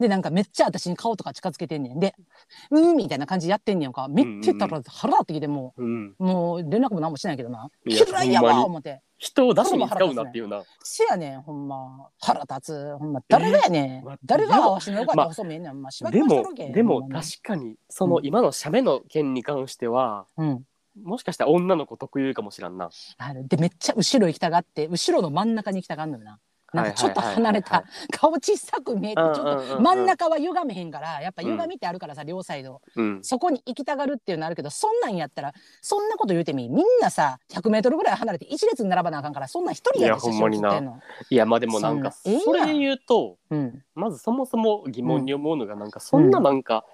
でなんかめっちゃ私に顔とか近づけてんねんで「うん」みたいな感じでやってんねんかめっちゃたら腹立ってきてもう
うんうん
もう連絡も何もしてないけどな。
いや
嫌いや
ほんま
わ
に
思って。
人を出しに使うなっていうな、
せやねん、ほんま。腹立つ。ほんま、誰がやねん。
えー
誰
ま
がわしのよかった
まあ
細見えんねん。ほんま、しば
で
らくし
も
とるけん
で
ほ
も
んまに
確かにその今の写メの件に関しては、
うん。
もしかしたら女の子特有かもしらんな
ある。で、めっちゃ後ろ行きたがって、後ろの真ん中に行きたがんのよな。なんかちょっと離れた顔小さく見えてちょっと真ん中は歪めへんからやっぱ歪みってあるからさ、両サイド
うん
そこに行きたがるっていうのあるけどそんなんやったらそんなこと言うてみみんなさ1 0 0ルぐらい離れて一列に並ばなあかんからそんなん一人やで
いやほんまにな
写真写って
いやまあでもなんか
そんなええやん
それで言うと
んのうん
まずそもそも疑問に思うのがなんかそんななんか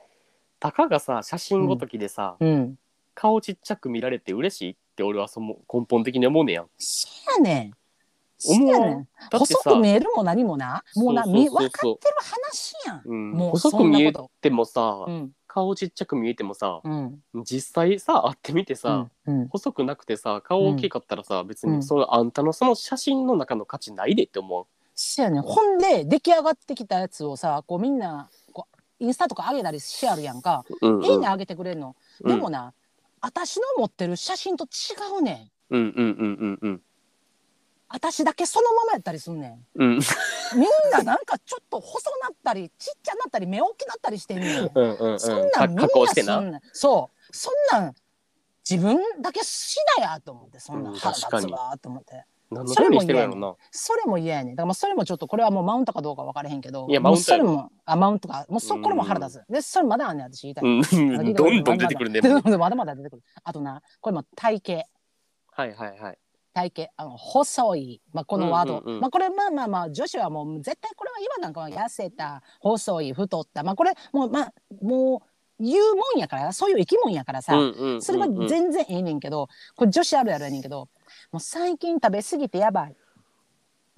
たかがさ写真ごときでさ
うん
顔ちっちゃく見られて嬉しいって俺はそも根本的に思うねやん。
そやねんそ
思
や
わん
ねん
だって
細
さ
く見えるも何もなもうな
そうそう
み
そうそう
分かってる話やん
うん
もう
細く
そんな
見
こ
え
と
てもさ
うん
顔ちっちゃく見えてもさ
うん
実際さ会ってみてさ、
うんうん
細くなくてさ顔大きかったらさ、別
う
に
ん
そのあんたのその写真の中の価値ないでって思
そやねんほんで出来上がってきたやつをさこうみんなこうインスタとか上げたりしてあるやんか、
う。うんうん
いいね上げてくれるの、
うん
でもな私の持ってる写真と違うねん
うんうんうんうん
私だけそのままやったりすんねん
うんうん
みんななんかちょっと細なったりちっちゃなったり目大きなったりしてんねん
うんうんうん
そんなんみん
加
な
工して
そ
なん
なんそうそんなん自分だけしなやと思ってそんなん
うん
腹
確か
立
に
つわと思って
何のためにしてるんやろな
それも嫌やねんだからまあそれもちょっとこれはもうマウントかどうか分からへんけど
いやマウントやろ
もうそれもあマウントかもうそこれも腹立つでそれまだあんねん私言いたい、
う
あ
んどんどん出てくるね
まだ
も
まだ (laughs) ま
う
だまだ出てくるあとなこれも体型
はいはいはい
体型あの細い、まあ、このワード、
うんうんうん
まあ、これまあまあまあ女子はもう絶対これは今なんかは痩せた細い太ったまあこれもうまあもう言うもんやからそういう生き物やからさ、
うんうんうんうん
それは全然ええねんけどこれ女子あるあるやねんけどもう最近食べ過ぎてやばい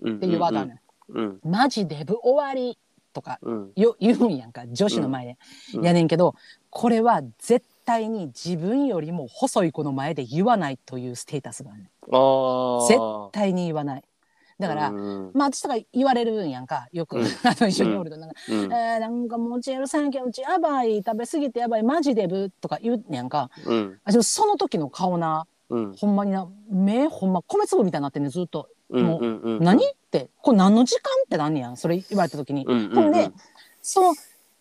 っていうワードあるねん、
うん
マジデブ終わりとか
うん
よ言うんやんか女子の前で、
うん
やねんけどこれは絶対に自分よりも細い子の前で言わないというステータスがあるねん
あー
絶対に言わないだから、
うん
まあ私とか言われるんやんかよく、
う
(laughs)
ん
あの一緒におるとなんか、
うん
えーなんかもうちやるさんけうちやばい食べ過ぎてやばいマジデブとか言うねやんか
うん
あでもその時の顔な
うん
ほんまにな目ほんま米粒みたいになってんねんずっと
うんうんうんうん
何ってこれ何の時間ってなんねやんそれ言われた時に、
うんうんうん
ほんでその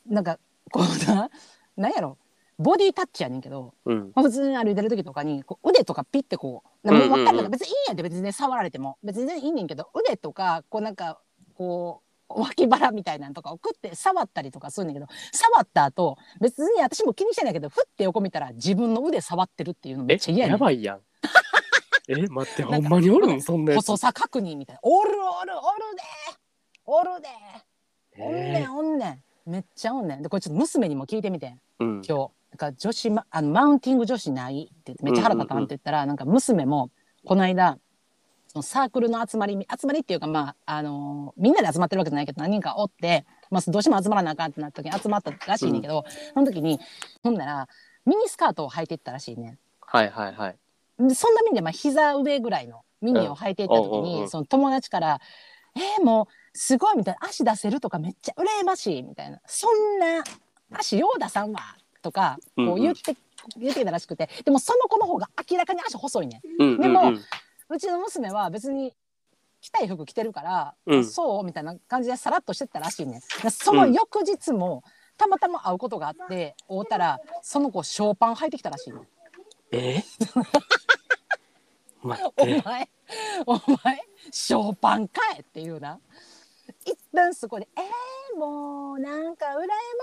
なんかこうななんやろボディタッチやねんけど
うん
まあ普通に歩いてる時とかにこう腕とかピッてこうなんかもう分かる
うんう
から
んうん
別にいいんやで別にね触られても別に全然いいねんけど腕とかこうなんかこう脇腹みたいなのとか送って触ったりとかするんだけど触った後別に私も気にしてないけどふって横見たら自分の腕触ってるっていうのめっ
え
ちゃ嫌やね
や
ん
ばいやんえ待って
なんか
ほんまにおるんそんなやつ
細さ確認みたいな「おるおるおるでおるでおんね
え
んおんねんめっちゃおんねん」でこれちょっと娘にも聞いてみてん
ーうん
今日なんか女子、ま、あのマウンティング女子ないって言ってめっちゃ腹立ったなって言ったら、なんか娘もこの間そのサークルの集まり集まりっていうかまあ、あのーみんなで集まってるわけじゃないけど何人かおって、まあ、どうしても集まらなあかんってなった時に集まったらしいねんけど、その時にほんならミニスカートを履いていったらしいね
はいはいはい
んでそんなミニでまあ膝上ぐらいのミニを履いていった時
うんおうおうお
に、
う
その友達から「えー、もうすごい」みたいな「足出せるとかめっちゃ羨ましい」みたいな「そんな足よう出さんわ」とか
うんう
こ
ん
う言って、言ってきたらしくてでもその子の方が明らかに足細いね
うんうん
でも
うん
うちの娘は別に着たい服着てるから、
うん
そうみたいな感じでさらっとしてったらしいねでその翌日も、たまたま会うことがあって会うたらその子ショーパン履いてきたらしいね (laughs)
え待っ
お
て
前お前ショーパンかいっていうな一旦そこで「えー、もうなんか羨ま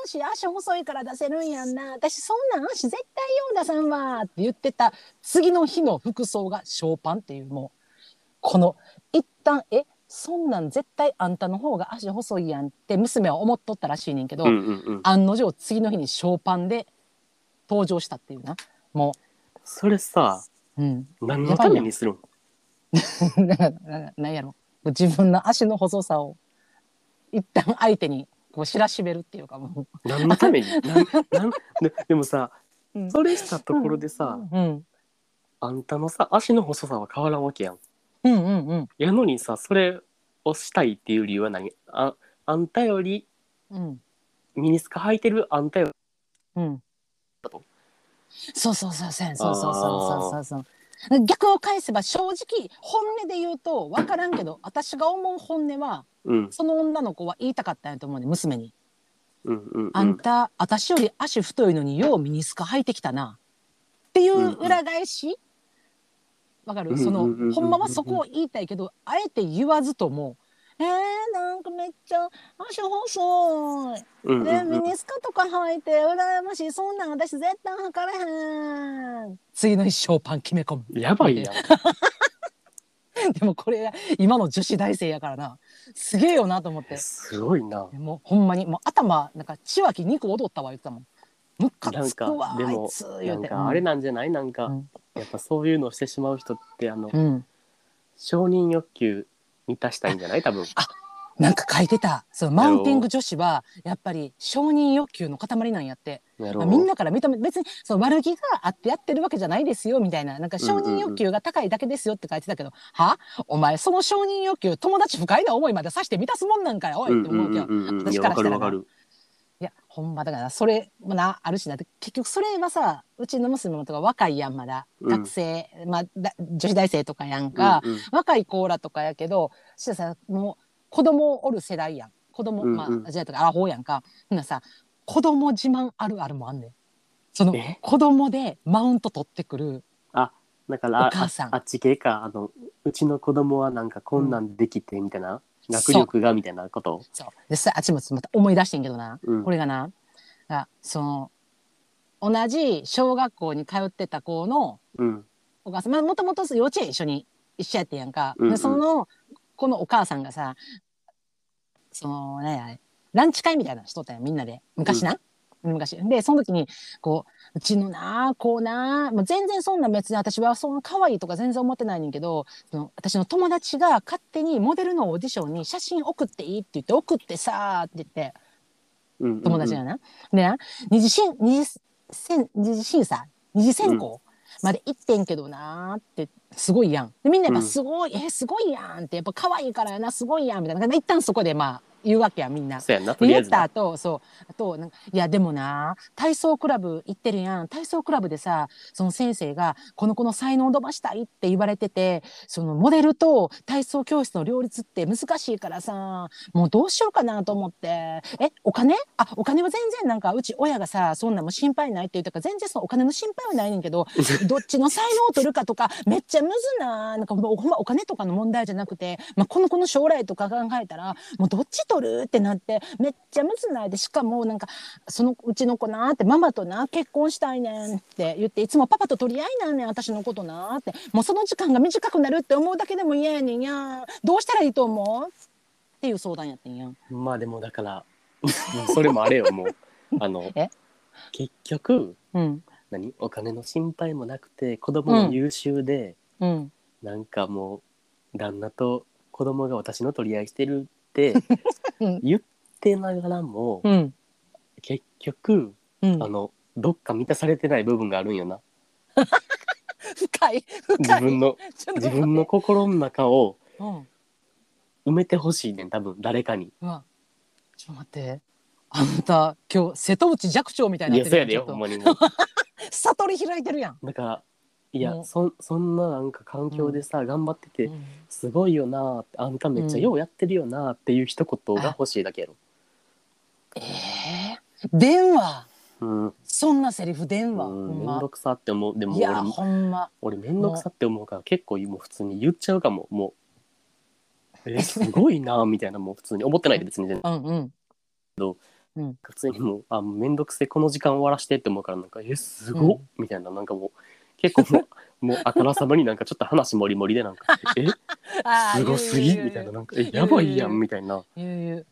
しい足細いから出せるんやんな私そんなん足絶対よう出さんわ」って言ってた次の日の服装がショーパンっていうもうこの一旦えそんなん絶対あんたの方が足細いやんって娘は思っとったらしいねんけど、
うんうんうん
案の定次の日にショーパンで登場したっていうなも
それさ
う、うん、
何のためにするん
なんかなんか (laughs) なんやろ自分の足の細さを一旦相手にこう知らしめるっていうかも
何のためになん (laughs) なんででもさ
う、うん
それしたところでさ、
うん、
あんたのさ足の細さは変わらんわけやん
うんうんうん
やのにさそれをしたいっていう理由は何ああんたより
うん
ミニスカ履いてるあんたより
うん
だと
そうそうそうそうそうそうそうそうそう逆を返せば正直本音で言うと分からんけど私が思う本音は
うん
その女の子は言いたかったんやと思うね娘に
うんうん
あんた、私より足太いのにようミニスカ履いてきたな。っていう裏返しわか
うん
る
うん
そ
うんうんうん
の、ほんまはそこを言いたいけど、あえて言わずとも、
えー、なんかめっちゃ足細い。
うんうん
ね、ミ
うん
ニスカとか履いて羨ましい。そんなん私絶対履かれへん。
次の一生パン決め込む。 (laughs)
やばいやん。
でもこれ今の女子大生やからなすげえよなと思って
すごいな。
もうほんまにもう頭なんか血わき肉踊ったわ言ってたもんむか
なん
つく
か
わ
で
あい
も
つ
な
言うんて
かあれなんじゃないなんか、
うん
やっぱそういうのをしてしまう人ってあの
うん、うん
承認欲求満たしたいんじゃない多分。
なんか書いてたそのマウンティング女子はやっぱり承認欲求の塊なんやって
やろ
ま
う
あみんなから認め別にその悪気があってやってるわけじゃないですよみたいななんか承認欲求が高いだけですよって書いてたけど、はお前その承認欲求友達不快な思いまでさして満たすもんなんかよおいって思うけど、
んうんうんうん、い
私
や
から
わか
した
る
ら
わ
な
かる。
いやほんまだからそれもなあるしなで結局それはさうちの娘もとか若いやんまだ
うん
学生、まあ、だ女子大生とかやんか、
うんうん
若い子らとかやけどそしたらさもう子供おる世代やん子供、
うんうん
まあじゃとかアホやんかほんならさ子供自慢あるあるもあんねんその
え
子供でマウント取ってくる
だから
お母さん
ああっち系かあのうちの子供はなんかこんなんできてみたいな、学力がみたいなこと
そうでさあっちもまた思い出してんけどな、
うん
これがなあその同じ小学校に通ってた子の
うん
お母さん、まあ、もともと幼稚園一緒に一緒やってんやんか、
うんう
で
ん
そのこのお母さんがさそのねあれランチ会みたいなのしとったんやみんなで昔な、昔でその時にこううちのなあこうなあもう全然そんな別に私はそんな可愛いとか全然思ってないねんけどその私の友達が勝手にモデルのオーディションに写真送っていいって言って送ってさーって言って
うんうんうん
友達がな。でな、二次審、二次選、二次審査、二次選考まで行ってんけどなーって、すごいやん。で、みんなやっぱ
うん
すごい、え、すごいやんって、やっぱ可愛いからやな、すごいやんみたいな感じで、一旦そこでまあ、言うわけやん、みんな。
そうやんなと
で
り
言
あえ
っ
ず
た
な
後、そう、あと、なんかいや、でもな、体操クラブ行ってるやん。体操クラブでさ、その先生が、この子の才能を伸ばしたいって言われてて、そのモデルと体操教室の両立って難しいからさ、もうどうしようかなと思って、え、お金あ、お金は全然なんか、うち親がさ、そんなんもう心配ないって言ったから、全然そのお金の心配はないねんけ
(laughs)
ど、どっちの才能を取るかとか、めっちゃむずないなんかもうほんまお金とかの問題じゃなくて、まあ、この子の将来とか考えたら、もうどっち取るってなって、めっちゃむずないで、しかもなんか、そのうちの子なーって、ママとな、結婚したいねんって言って、いつもパパと取り合いなんねん、私のことなーって、もうその時間が短くなるって思うだけでも嫌やねんやん。どうしたらいいと思うっていう相談やってんやん。
まあでもだからそれもあれよ
(laughs)
もうあの
え
結局
うん。
何お金の心配もなくて子供も優秀で、
うん。
なんかもう旦那と子供が私の取り合いしてるって
うん
言ってながらも、
うん。
結局
うん
あ。のどっか満たされてない部分があるんよな
深い。深
自
い。
分の
ちょっと待
自
って
分の。心の中を
うん。
埋めてほしいねん多分誰かに
うわ。ちょっと待って。あんた、今日、瀬戸内寂聴みたいに
い
なっ
や
て
そ
る
うやでよ
ちょ
ほ
っと
んまにもう
悟り開いてるやん。 (laughs)
だからいや、
もう
そそんななんか環境でさ、頑張ってて
うん
すごいよなーってあんためっちゃようやってるよなーっていう一言が欲しいだけやろ、
ええ電話。
うん
そんなセリフ電話。
うん
ほん
めん
ま
どくさって思うでも
い
俺
や、
も
ほんま。
俺めんどくさって思うから結構もう普通に言っちゃうかももうえすごいなーみたいなもう普通に思ってないで別に全然
うんうん。
普通にもうあもうめんどくせえこの時間終わらしてって思うからなんかえすごっ、みたいななんかもう結構も (laughs) うもうあからさまになんかちょっと話もりもりでなん (laughs) かえ
あー
すごすぎ
言う
み
言
た
う言
いな
う
なんかえやばいやんみたいな、
言う言う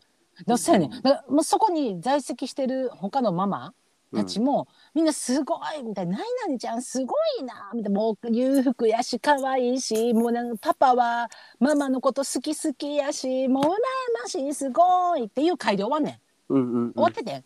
だそうやねんだからもうそこに在籍してる他のママ
うん
たちも、みんなすごいみたいな「何々ちゃんすごいな」みたいなもう裕福やし可愛いしもうなんかパパはママのこと好き好きやしもう羨ましいすごいっていう回で終わんねん。
うんうん
終わってて、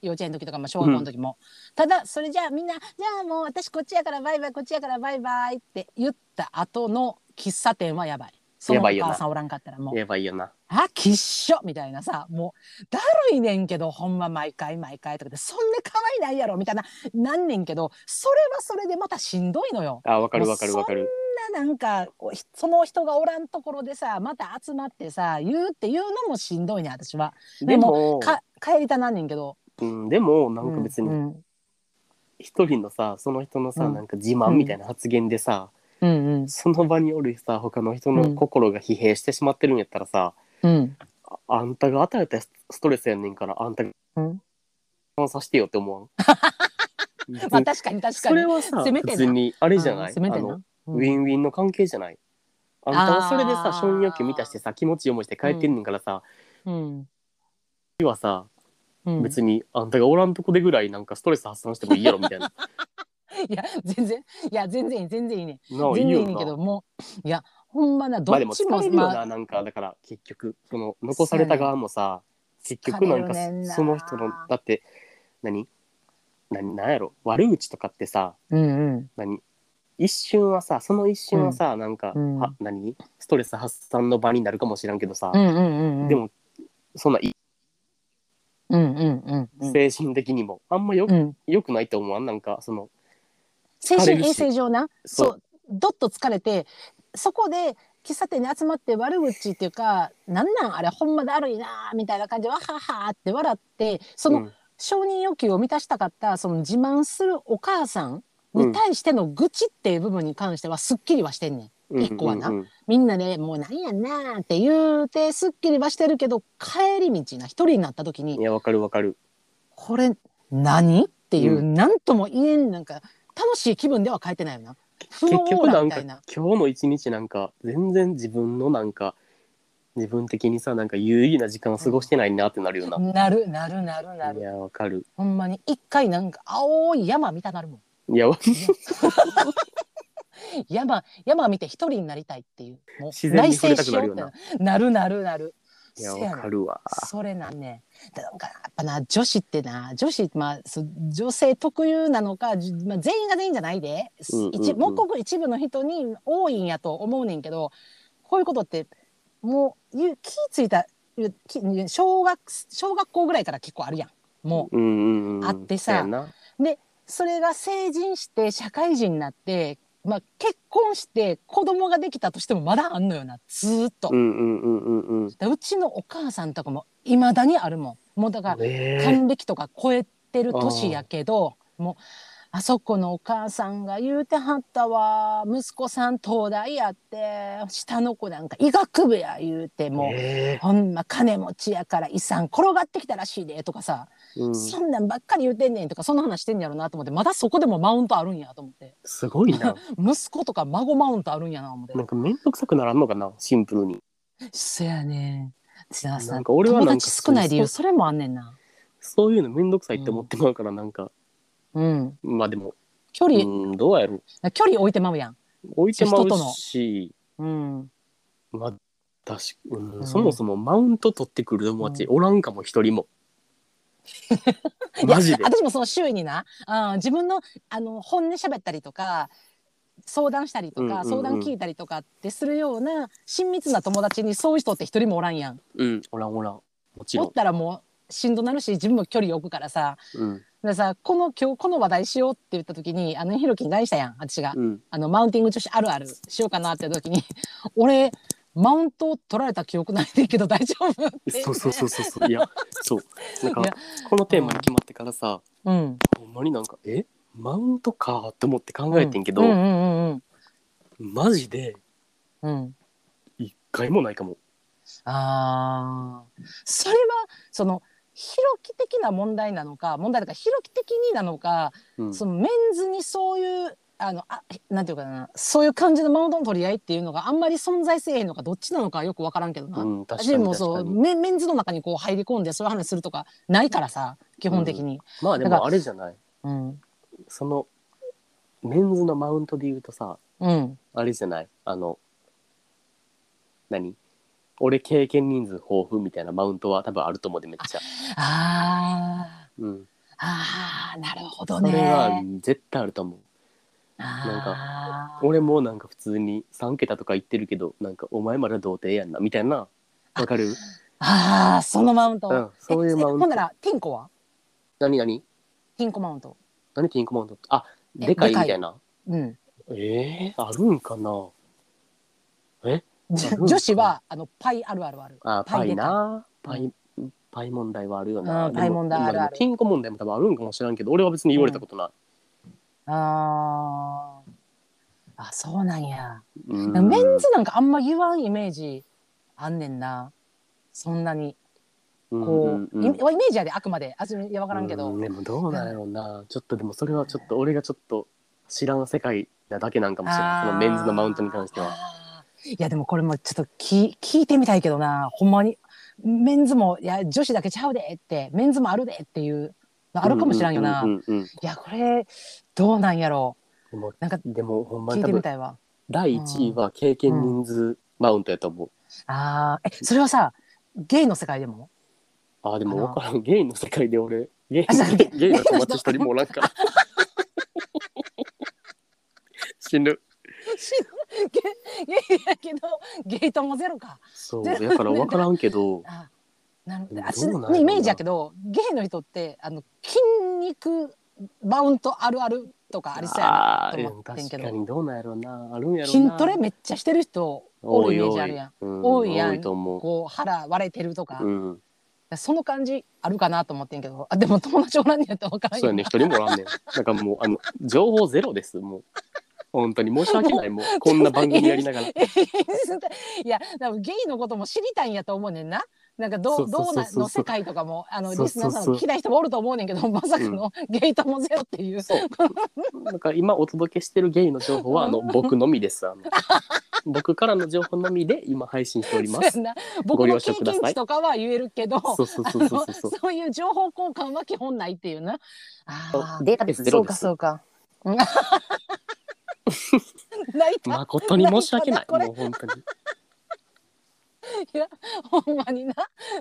幼稚園の時とか、まあ、小学校の時も、ただそれじゃあみんなじゃあもう私こっちやからバイバイこっちやからバイバイって言った後の喫茶店はやばいその
や
お
ばいよな
母さんおらんかったらもう
やばいよな
「あきっしょ」みたいなさもうだるいねんけどほんま毎回毎回とかでそんな可愛いないやろみたいななんねんけどそれはそれでまたしんどいのよ。
あわかるわかるわかる
ななんかこうひその人がおらんところでさまた集まってさ言うっていうのもしんどいねん私は。んな
でも
か帰りたなんねんけど。
うん、でもなんか別
う
に
んうん
一人のさその人のさ、
うん
なんか自慢みたいな発言でさ、
うんうん
その場におるさ他の人の心が疲弊してしまってるんやったらさ、
ううん。
ああんたが与えたストレスやねんからあんたが
うん
我慢させてよって
(laughs)
思わん別に
まあ確かに確か
そ
に
れ。はさ
せめてな
別にあれじゃない、
うんせめ
あ
て
の
な。
ウィンウィンの関係じゃないあんたはそれで
あ
さ
ー
承認欲求満たしてさ気持ちいい思いして帰ってんねんからさ、
うん。
次はさ
うん。
別にあんたがおらんとこでぐらいなんかストレス発散してもいいやろみた
(laughs)
いな
いや、全然、いや、全然いい、全然いいね。
なあい
全
い
然いい
よ
ねんけど、
な
もう、いや、ほんまな、ど
まあ
っ
でも
ち
疲
も、
れるよな、
まあ、
なんかだから結局その残された側もさ結局なんか
疲れるねんな
その人のだって何何何やろ悪口とかってさ
うん
何一瞬はさその一瞬はさ、なんか、
うん
は何ストレス発散の場になるかもしれんけどさ、
うん。うんうんうんうん。
で、もそんない
うんうんうんうん。
精神的にもあんまよ,、
うん、
よくないと思わんなんかその
精
疲れる
神
し
衛生上な
そ
そ
う
うどっと疲れてそこで喫茶店に集まって悪口っていうかなんなんあれほんまだるいなーみたいな感じでわははーって笑ってその
うん
承認欲求を満たしたかったその自慢するお母さんに対しての愚痴っていう部分に関してはすっきりはしてんねん。
うん
一個はな
うんうん
みんなね、もうなんやんなーって言うてすっきりはしてるけど帰り道な一人になった時
い
に
やわかるわかる
これ何っていう、
う
なんとも言えんなんか楽しい気分では帰ってないよな。不
結
穏
局な
なんみた
か
いな。
今日の一日なんか全然自分のなんか自分的にさなんか有意義な時間を過ごしてないなってなるよな、
なるなるなるないる。
やわかる
ほんまに一回なんか青い山見たなるもん。
いやわ
山山見て一人になりたいっていう。もう
自然に触れたくなるよ
内
な
省しようってなるなるなる。
いや
せや
わ
ねん
かるわ
それなんね。だなんかやっぱな女子ってな女子まあそ女性特有なのか、じまあ、全員が全員じゃないで、
うんうんうん
一もうごく一部の人に多いんやと思うねんけどこういうことってもうゆ気付いたゆき小学小学校ぐらいから結構あるやんもう。
うんうんうん
あってさ
そうやな
でそれが成人して社会人になって、まあ、結婚して子供ができたとしてもまだあんのよなずーっと。
うんうんうんうんうん
でうちのお母さんとかもいまだにあるもんもうだから
ねえ
還暦とか超えてる年やけど、もうあそこのお母さんが言うてはったわ息子さん東大やって下の子なんか医学部や言うてもう、
ね
ほんま金持ちやから遺産転がってきたらしいでとかさ、
えうん
そんなんばっかり言うてんねんとかそんな話してんやろなと思ってまだそこでもマウントあるんやと思って
す
(laughs)
ごいな
息子とか孫マウントあるんやな思って
なんか面倒くさくならんのかなシンプルに
そやねさ
な
さ
んか俺はなんか
友達少ない理由それもあんねんな
そういうの面倒くさいって思ってまうからなんか、
うん
まあでも
距
う
離、
んどうやろう
距離置いてまうやん
置いてま
人と
う
の
し
うん
まあ確かうん
うん
そもそもマウント取ってくる友達おらんかも一人
(laughs)
も、
いや
マジで
私もその周囲にな、うん、自分のあの本音喋ったりとか相談したりとか、
うんうんうん
相談聞いたりとかってするような親密な友達にそういう人って一人もおらんやん
うんおらんおらんもち
お
ろ
ったらもうしんどなるし自分も距離置くからさ
んうん
でさこの今日この話題しようって言った時にあのひろきに LINE したやん私が、
うん
あのマウンティング女子あるあるしようかなって時に「俺マウント取られた記憶ないねんけど大丈夫?」って
そうそうそうそうそういや
(laughs)
そうなんか
いや
このテーマに決まってからさ、
うん、
ほんまになんかえマウントかって思って考えてんけど、
うんうんうん
マジで
うんうん
一回もないかも
あーそれはそのひろき的な問題なのか問題だからひろき的になのか、
うん
そのメンズにそういうあのあなんていうかなそういう感じのマウントの取り合いっていうのがあんまり存在せえへんのかどっちなのかよく分からんけどな、
うん確か
私
に
もそ
確
う
かに
メメンズの中にこう入り込んでそういう話するとかないからさ基本的に。
まあで
だか
も
ら
あれじゃない
うん
そのメンズのマウントで言うとさ
うん
あれじゃないあの何俺経験人数豊富みたいなマウントは多分あると思うでめっちゃ、
あー
うん、
あーなるほど
それは
ね。
絶対あると思うなん
あー
俺もなんか普通に3桁とか言ってるけどなんかお前まだ童貞やんなみたいなわかる
あーそのマウント。
うんそういうマウント
ええほんならティンコは
何何
ティンコマウント。
何ピンクマウントあ
え
でか
で
いみ
かい
たいな (laughs)
うん。
えー、あるんかな
じ
うん
女子はあのパイあるあるある。
あ
パ
パ
イ
イ
でかい
なパイパイ問題はあるよな、
うん
でも
パイ問題あるある
までもピンク問題も多分あるんかもしらんけど俺は別に言われたことない、
ああ。あそうなんや。
うん
メンズなんかあんま言わんイメージあんねんな。そんなに
うん
こ
ん
う、
ん
イメイメージやであくまであちいやわからんけど、
うんでもどうなんやろうなちょっとでもそれはちょっと俺がちょっと知らん世界なだけなんかもしれな
あー
いそのメンズのマウントに関しては
あーいやでもこれもちょっとき聞いてみたいけどなほんまにメンズもいや女子だけちゃうでってメンズもあるでっていうのあるかもしれんよな、
うんうんうんうん
いやこれどうなんやろ
でも
うなんか
でもほんま
聞
に
い
多
てみ
分
たいわ
第1位は経験人数マウントやと思う
あーえそれはさゲイの世界でも (laughs)
あーで
か
も
な
分からんゲイの世界で俺ゲイ
あそう
ゲイゲイの友達一人もおらんから
(laughs)
死ぬ
ゲイやけどゲイともゼロか
そう
ゼロ
だから分からんけど
あなるほ
で
ど
も
あ
どうなんやろうな
イメージやけどゲイの人ってあの筋肉マウントあるあるとかありそうやな
あー
と思ってんけど
確かにどうなんやろうなあるんやろうな
筋トレめっちゃしてる人お
多
るイ
い
メージ
多
あ
い
るやん
うん
多いやん
多いと思う
こう腹割れてるとか、
うん、
その感じあるかなと思ってんけどあでも友達おらんねやったら分からん
そうやね、一人もおらんねん。なんかもう、あの、情報ゼロです、もう。本当に申し訳ない、もう、こんな番組やりながら。
(laughs) いや多分ゲイのことも知りたいんやと思うねんな。なんか
そ
ど
う
う
そう
ど
そう
う
そう
なの世界とかもあの
そう
リ
そ
ス
う
ナ
そう
ーさんの聞きたい人もおると思うねんけどまさかのゲイともゼロっていう、
そう。なんか今お届けしてるゲイの情報は、あの、僕のみです。あの僕からの情報のみで今配信しており
そ
ま
うや
す。
んな
ご
僕
了
の
承
経
ください
験値とかは言えるけど
そうそう
あ
そう
の
そうそう。
(laughs) そういう情報交換は基本ないっていうな。あー
データベースゼロです
そうかそうか。う
(laughs)
ん泣いた、
誠に申し訳な
な
い、
んかこれ
もう本当に。
ほんまにな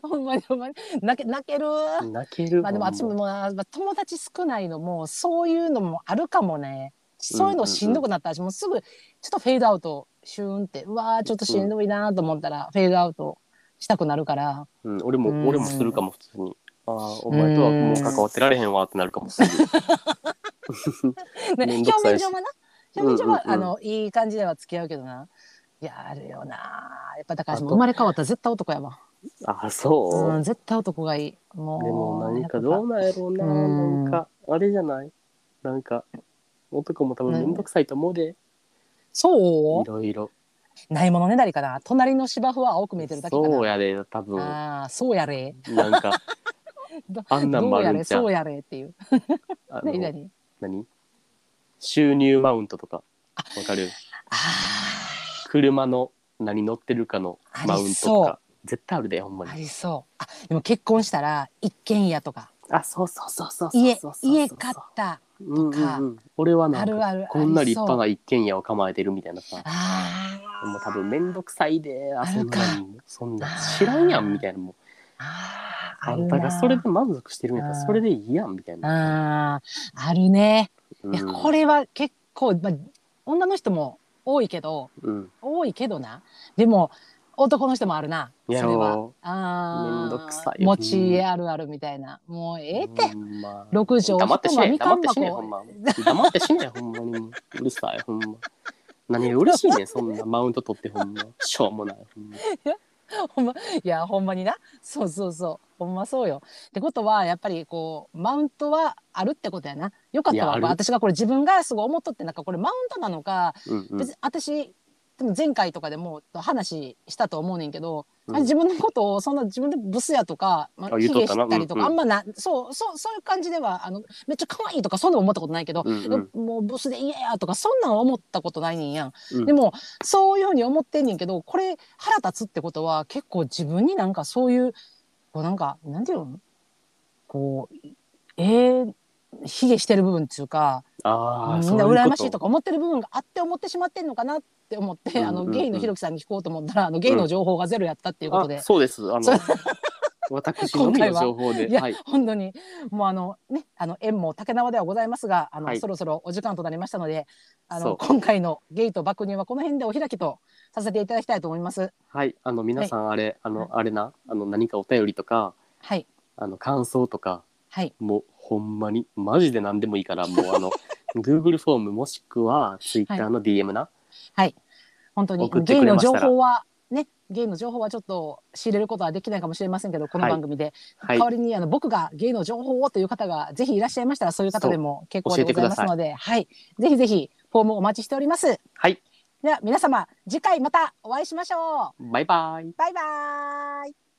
ほんまにほんまに泣け泣ける。
泣ける。
まあでも私も
う
もうあまあ友達少ないのもそういうのもあるかもね。そういうのしんどくなったら私もうすぐちょっとフェードアウトシューンってうわーちょっとしんどいなーと思ったらフェードアウトしたくなるから。
うん、俺も、
うん
俺もするかも、普通に。ああ、お前とはもう関わってられへんわってなるかもしれない。
ね、
めん
表
どくさい
面
し
上はな表面上は、
うんうんうん
あのいい感じでは付き合うけどないやあるよなやっぱだから
あと
生まれ変わったら絶対男やわ、
ああ、そう。
うん、絶対男がいいもう
でもなんかどうなんやろうな、
うん
なんかあれじゃないなんか男も多分めんどくさいと思うで、
そ
いろいろ
うないものねだりかな隣の芝生は青く見えてるだけかな
そうやで多分な
ああそうやれ
んか
(laughs) ど
あんなんもあ
どうや
るん
れ
ちゃう
そうやれっていう
あ
(laughs)
の
何何
何収入マウントとかわ
(laughs)
かる
あ
車の何乗ってるかのマ
あ
ウントと
りそ
か絶対あるでほんま
ああ
に
りそうあでも結婚したら一軒家とか
あそうそうそうそうそう
家
そうそう
家買った
うんうん
か
うん俺はな
あ
ん
る
か
ある
こんな立派
ありそう
な一軒家を構えてるみたいなさ
あー
もう多分めんどくさいであ
あ
そ
る
ん
か
なんそんなん知らんやんみたいなもう
あー
あ
ある
ん
な
たがそれで満足してるんやったら
あー
それでいいやんみたいな。
あーあるね。
うん
いやこれは結構、まあ、女の人も多いけど
うん
多いけどなでも男の人もあるなそれ
や
は
ろ
あー
めんどくさい
持ち家あるあるみたいなもうええって、
ほんま
六畳
黙って死ね
一間みかん
黙って
箱
死ねほんま黙って死ねほんまにもううるさいほんま何が嬉しいねんそんなマウント取ってほんましょうもないほんま
ほんまいやほんまになそうそうそうほんまそうよってことはやっぱりこうマウントはあるってことやなよかっ
い
た
や
わ
ある
これ私がこれ自分がすごい思っとってなんかこれマウントなのか
うんうん
別に私でも前回とかでも話したと思うねんけど、
うん
あ自分のことをそんな自分でブスやとか、ま
あ
あ、
言
卑
うとっ
下
た
し
な
たりとか、
うんう
あんまなそうそうそういう感じではあのめっちゃ可愛いとかそんな思ったことないけど、
うんうん
もうブスで嫌やとかそんなん思ったことないねんやん、
うん
でもそういうふうに思ってんねんけどこれ腹立つってことは結構自分になんかそういうこうなんかなんていうのこうえー、卑下してる部分っていうか
ああ
みんな羨ましいとか思ってる部分があって思ってしまってんのかなって思って、
うんうんうん
あのゲイのひろきさんに聞こうと思ったらあのゲイの情報がゼロやったっていうことで、
あそうですあの
そ
私のみの情報で
いや、
はい
本当にもうあのねあの縁も竹縄ではございますがあの、
はい
そろそろお時間となりましたのであ
そう
の今回のゲイと爆乳はこの辺でお開きとさせていただきたいと思います。
はいあの皆さんあれあのあれなあの何かお便りとか
はい
あの感想とか
はい
もうほんまにマジで何でもいい (laughs) からもうあの Google フォームもしくは Twitter の DM な、
はい本当に
送って
ゲイ
くれま
の
した
情
ら
報はねゲイの情報はちょっと仕入れることはできないかもしれませんけどこの
はい
番組で、
はい
代わりにあの僕がゲイの情報をという方がぜひいらっしゃいましたらそういう方でも結構でございますので、はい、ぜひぜひフォームお待ちしております。
はい、
では皆様次回またお会いしましょう。
バイバイ
バイバーイ。